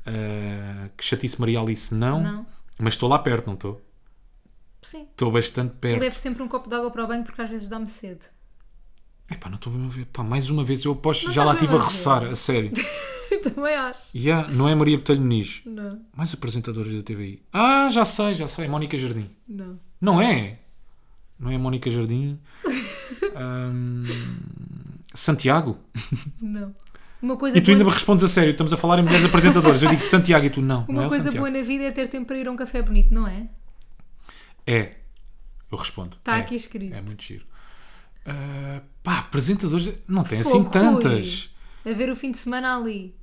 S2: Ah, que chatice Maria Alice, não.
S1: Não.
S2: Mas estou lá perto, não estou?
S1: Sim.
S2: Estou bastante perto.
S1: Levo sempre um copo de água para o banho porque às vezes dá-me sede.
S2: Epá, não estou bem a ver. Pá, mais uma vez, eu aposto,
S1: Não
S2: já lá
S1: estás
S2: estive
S1: bem a
S2: a
S1: ver.
S2: roçar, a sério.
S1: Também acho.
S2: Yeah, não é Maria Botelho Muniz.
S1: Não,
S2: Mais apresentadores da TVI. Ah, já sei, já sei. Mónica Jardim.
S1: não.
S2: Não é? Não é a Mónica Jardim? Ahm, Santiago?
S1: Não. Uma coisa,
S2: E tu ainda me
S1: boa,
S2: respondes a sério, estamos a falar em mulheres apresentadoras. Eu digo Santiago e tu não. não
S1: uma
S2: é o
S1: coisa
S2: Santiago.
S1: boa na vida é ter tempo para ir a um café bonito, não é?
S2: É. Eu respondo.
S1: Está
S2: É.
S1: Tá aqui escrito.
S2: É muito giro. Ah, pá, apresentadores. Não tem
S1: Fogo,
S2: assim tantas.
S1: A ver o fim de semana ali.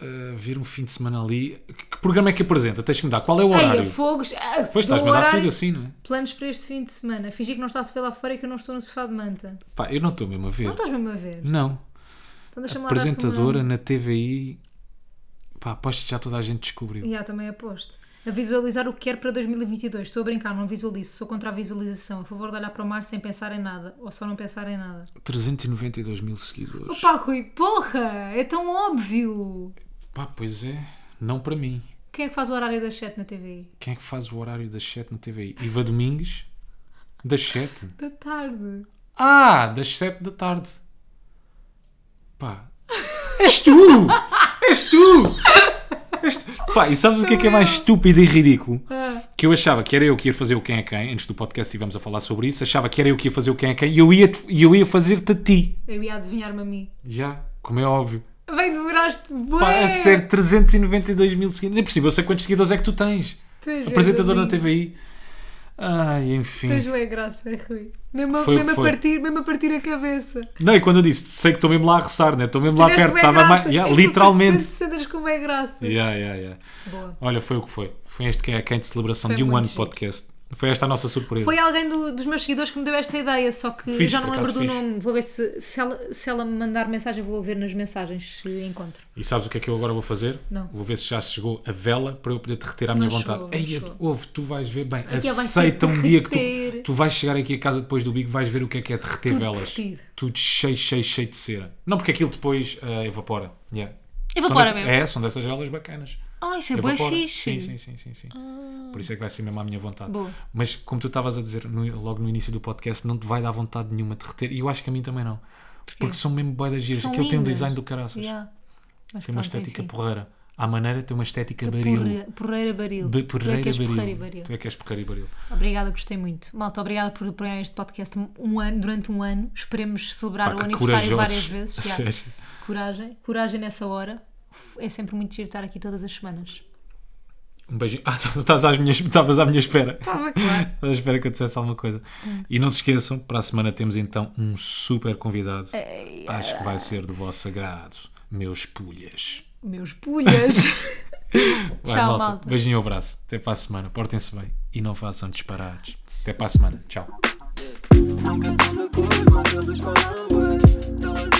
S2: Ah, ver um fim de semana ali. Que que programa é que apresenta? Tens que me dar. Qual é
S1: Ei,
S2: o
S1: a
S2: horário?
S1: fogos. Ah, se
S2: Pois
S1: dou
S2: estás-me a dar
S1: horário-
S2: tudo assim, não é?
S1: Planos para este fim de semana. Fingir que não está a se ver lá fora e que eu não estou no sofá de manta.
S2: Pá, eu não estou mesmo a ver.
S1: Não estás mesmo a ver.
S2: Não.
S1: Então deixa-me lá dar-te uma-
S2: Apresentadora né? na TVI. Pá, aposto que já toda a gente descobriu.
S1: Já, também aposto. A visualizar o que quer para 2022. Estou a brincar, não visualizo. Sou contra a visualização. A favor de olhar para o mar sem pensar em nada. Ou só não pensar em nada.
S2: 392 mil seguidores.
S1: Opa, Rui, porra! É tão óbvio!
S2: Pá, pois é. Não para mim.
S1: Quem é que faz o horário das 7 na TV?
S2: Quem é que faz o horário das 7 na TVI? Iva Domingues? Das 7?
S1: Da tarde.
S2: Ah, das 7 da tarde. Pá. És tu! És tu! És tu! Pá, e sabes o que é que é mais estúpido e ridículo?
S1: Ah,
S2: Que eu achava que era eu que ia fazer o quem é quem, antes do podcast estivemos a falar sobre isso, achava que era eu que ia fazer o quem é quem e eu ia, e eu ia fazer-te a ti.
S1: Eu ia adivinhar-me a mim.
S2: Já, como é óbvio.
S1: Bem, demoraste bué!
S2: Pá, é a ser 392 mil seguidores. Não é possível, eu sei quantos seguidores é que tu tens.
S1: Tu és bué
S2: Apresentador na
S1: doido.
S2: TVI. Ai, enfim.
S1: Tu és bué graça, Rui. Mesmo, a-
S2: Foi o
S1: mesmo
S2: que
S1: a
S2: foi.
S1: partir, mesmo a partir a cabeça.
S2: Não, e quando eu disse, sei que estou mesmo lá a roçar, né? Estou mesmo lá perto, estava mais. Yeah,
S1: Tu
S2: literalmente.
S1: sentes como é graça.
S2: Yeah, yeah, yeah.
S1: Boa.
S2: Olha, foi o que foi. Foi este que é quem de celebração
S1: Foi
S2: de um
S1: muito
S2: ano de
S1: giro.
S2: podcast. Foi esta a nossa surpresa.
S1: Foi alguém do- dos meus seguidores que me deu esta ideia, só que
S2: Fixe,
S1: já não
S2: por
S1: lembro do
S2: acaso, fixe.
S1: nome. Vou ver se, se, ela, se ela me mandar mensagem, vou ver nas mensagens se encontro.
S2: E sabes o que é que eu agora vou fazer?
S1: Não.
S2: Vou ver se já chegou a vela para eu poder te retirar a minha
S1: Não
S2: vontade.
S1: chegou, não
S2: Ei,
S1: chegou.
S2: ouve, tu vais ver bem.
S1: é bem
S2: aceita um
S1: que
S2: dia que tu,
S1: derreter.
S2: tu vais chegar aqui a casa depois do Big, vais ver o que é que é derreter
S1: Tudo
S2: velas.
S1: derretido.
S2: Tudo cheio, cheio, cheio de cera. Não, porque aquilo depois ah, eh, evapora. Yeah. São
S1: Evapora
S2: dessas,
S1: mesmo.
S2: é, são dessas velas bacanas.
S1: Ah, isso é bué
S2: Evapora.
S1: fixe. Ah.
S2: Sim, sim, sim, sim, sim. Por isso é que vai ser mesmo à minha vontade.
S1: Boa.
S2: Mas como tu estavas a dizer no- logo no início do podcast, não te vai dar vontade nenhuma de reter. E eu acho que a mim também não. Porque são mesmo boedas giras.
S1: São
S2: Aquilo tem um
S1: lindas.
S2: design do caraças.
S1: Yeah. Mas
S2: Tem uma
S1: pronto,
S2: estética
S1: enfim.
S2: porreira. À maneira tem uma estética baril.
S1: Porre- Porreira Baril.
S2: Be-
S1: Tu é que és Porreira e Baril.
S2: Tu é que és porreira e baril.
S1: Obrigada, gostei muito. Malta, obrigada por apoiar este podcast um ano, durante um ano. Esperemos celebrar
S2: Pá,
S1: o
S2: que
S1: um aniversário
S2: corajosos.
S1: várias vezes.
S2: A
S1: já.
S2: sério.
S1: Coragem. Coragem nessa hora. É sempre muito giro estar aqui todas as semanas.
S2: Um beijinho. Ah, tu estás às minhas, estavas à minha espera.
S1: Estava claro.
S2: Estava à espera que eu dissesse alguma coisa. E não se esqueçam, para a semana temos então um super convidado. Acho que vai ser do vosso agrado, meus pulhas.
S1: Meus pulhas.
S2: Vai,
S1: Tchau,
S2: malta.
S1: malta.
S2: Beijinho e um abraço. Até para a semana. Portem-se bem e não façam disparados. Até para a semana. Tchau.
S3: é. I'm contando cool, mas eles falam, ué. Elas é. é. então,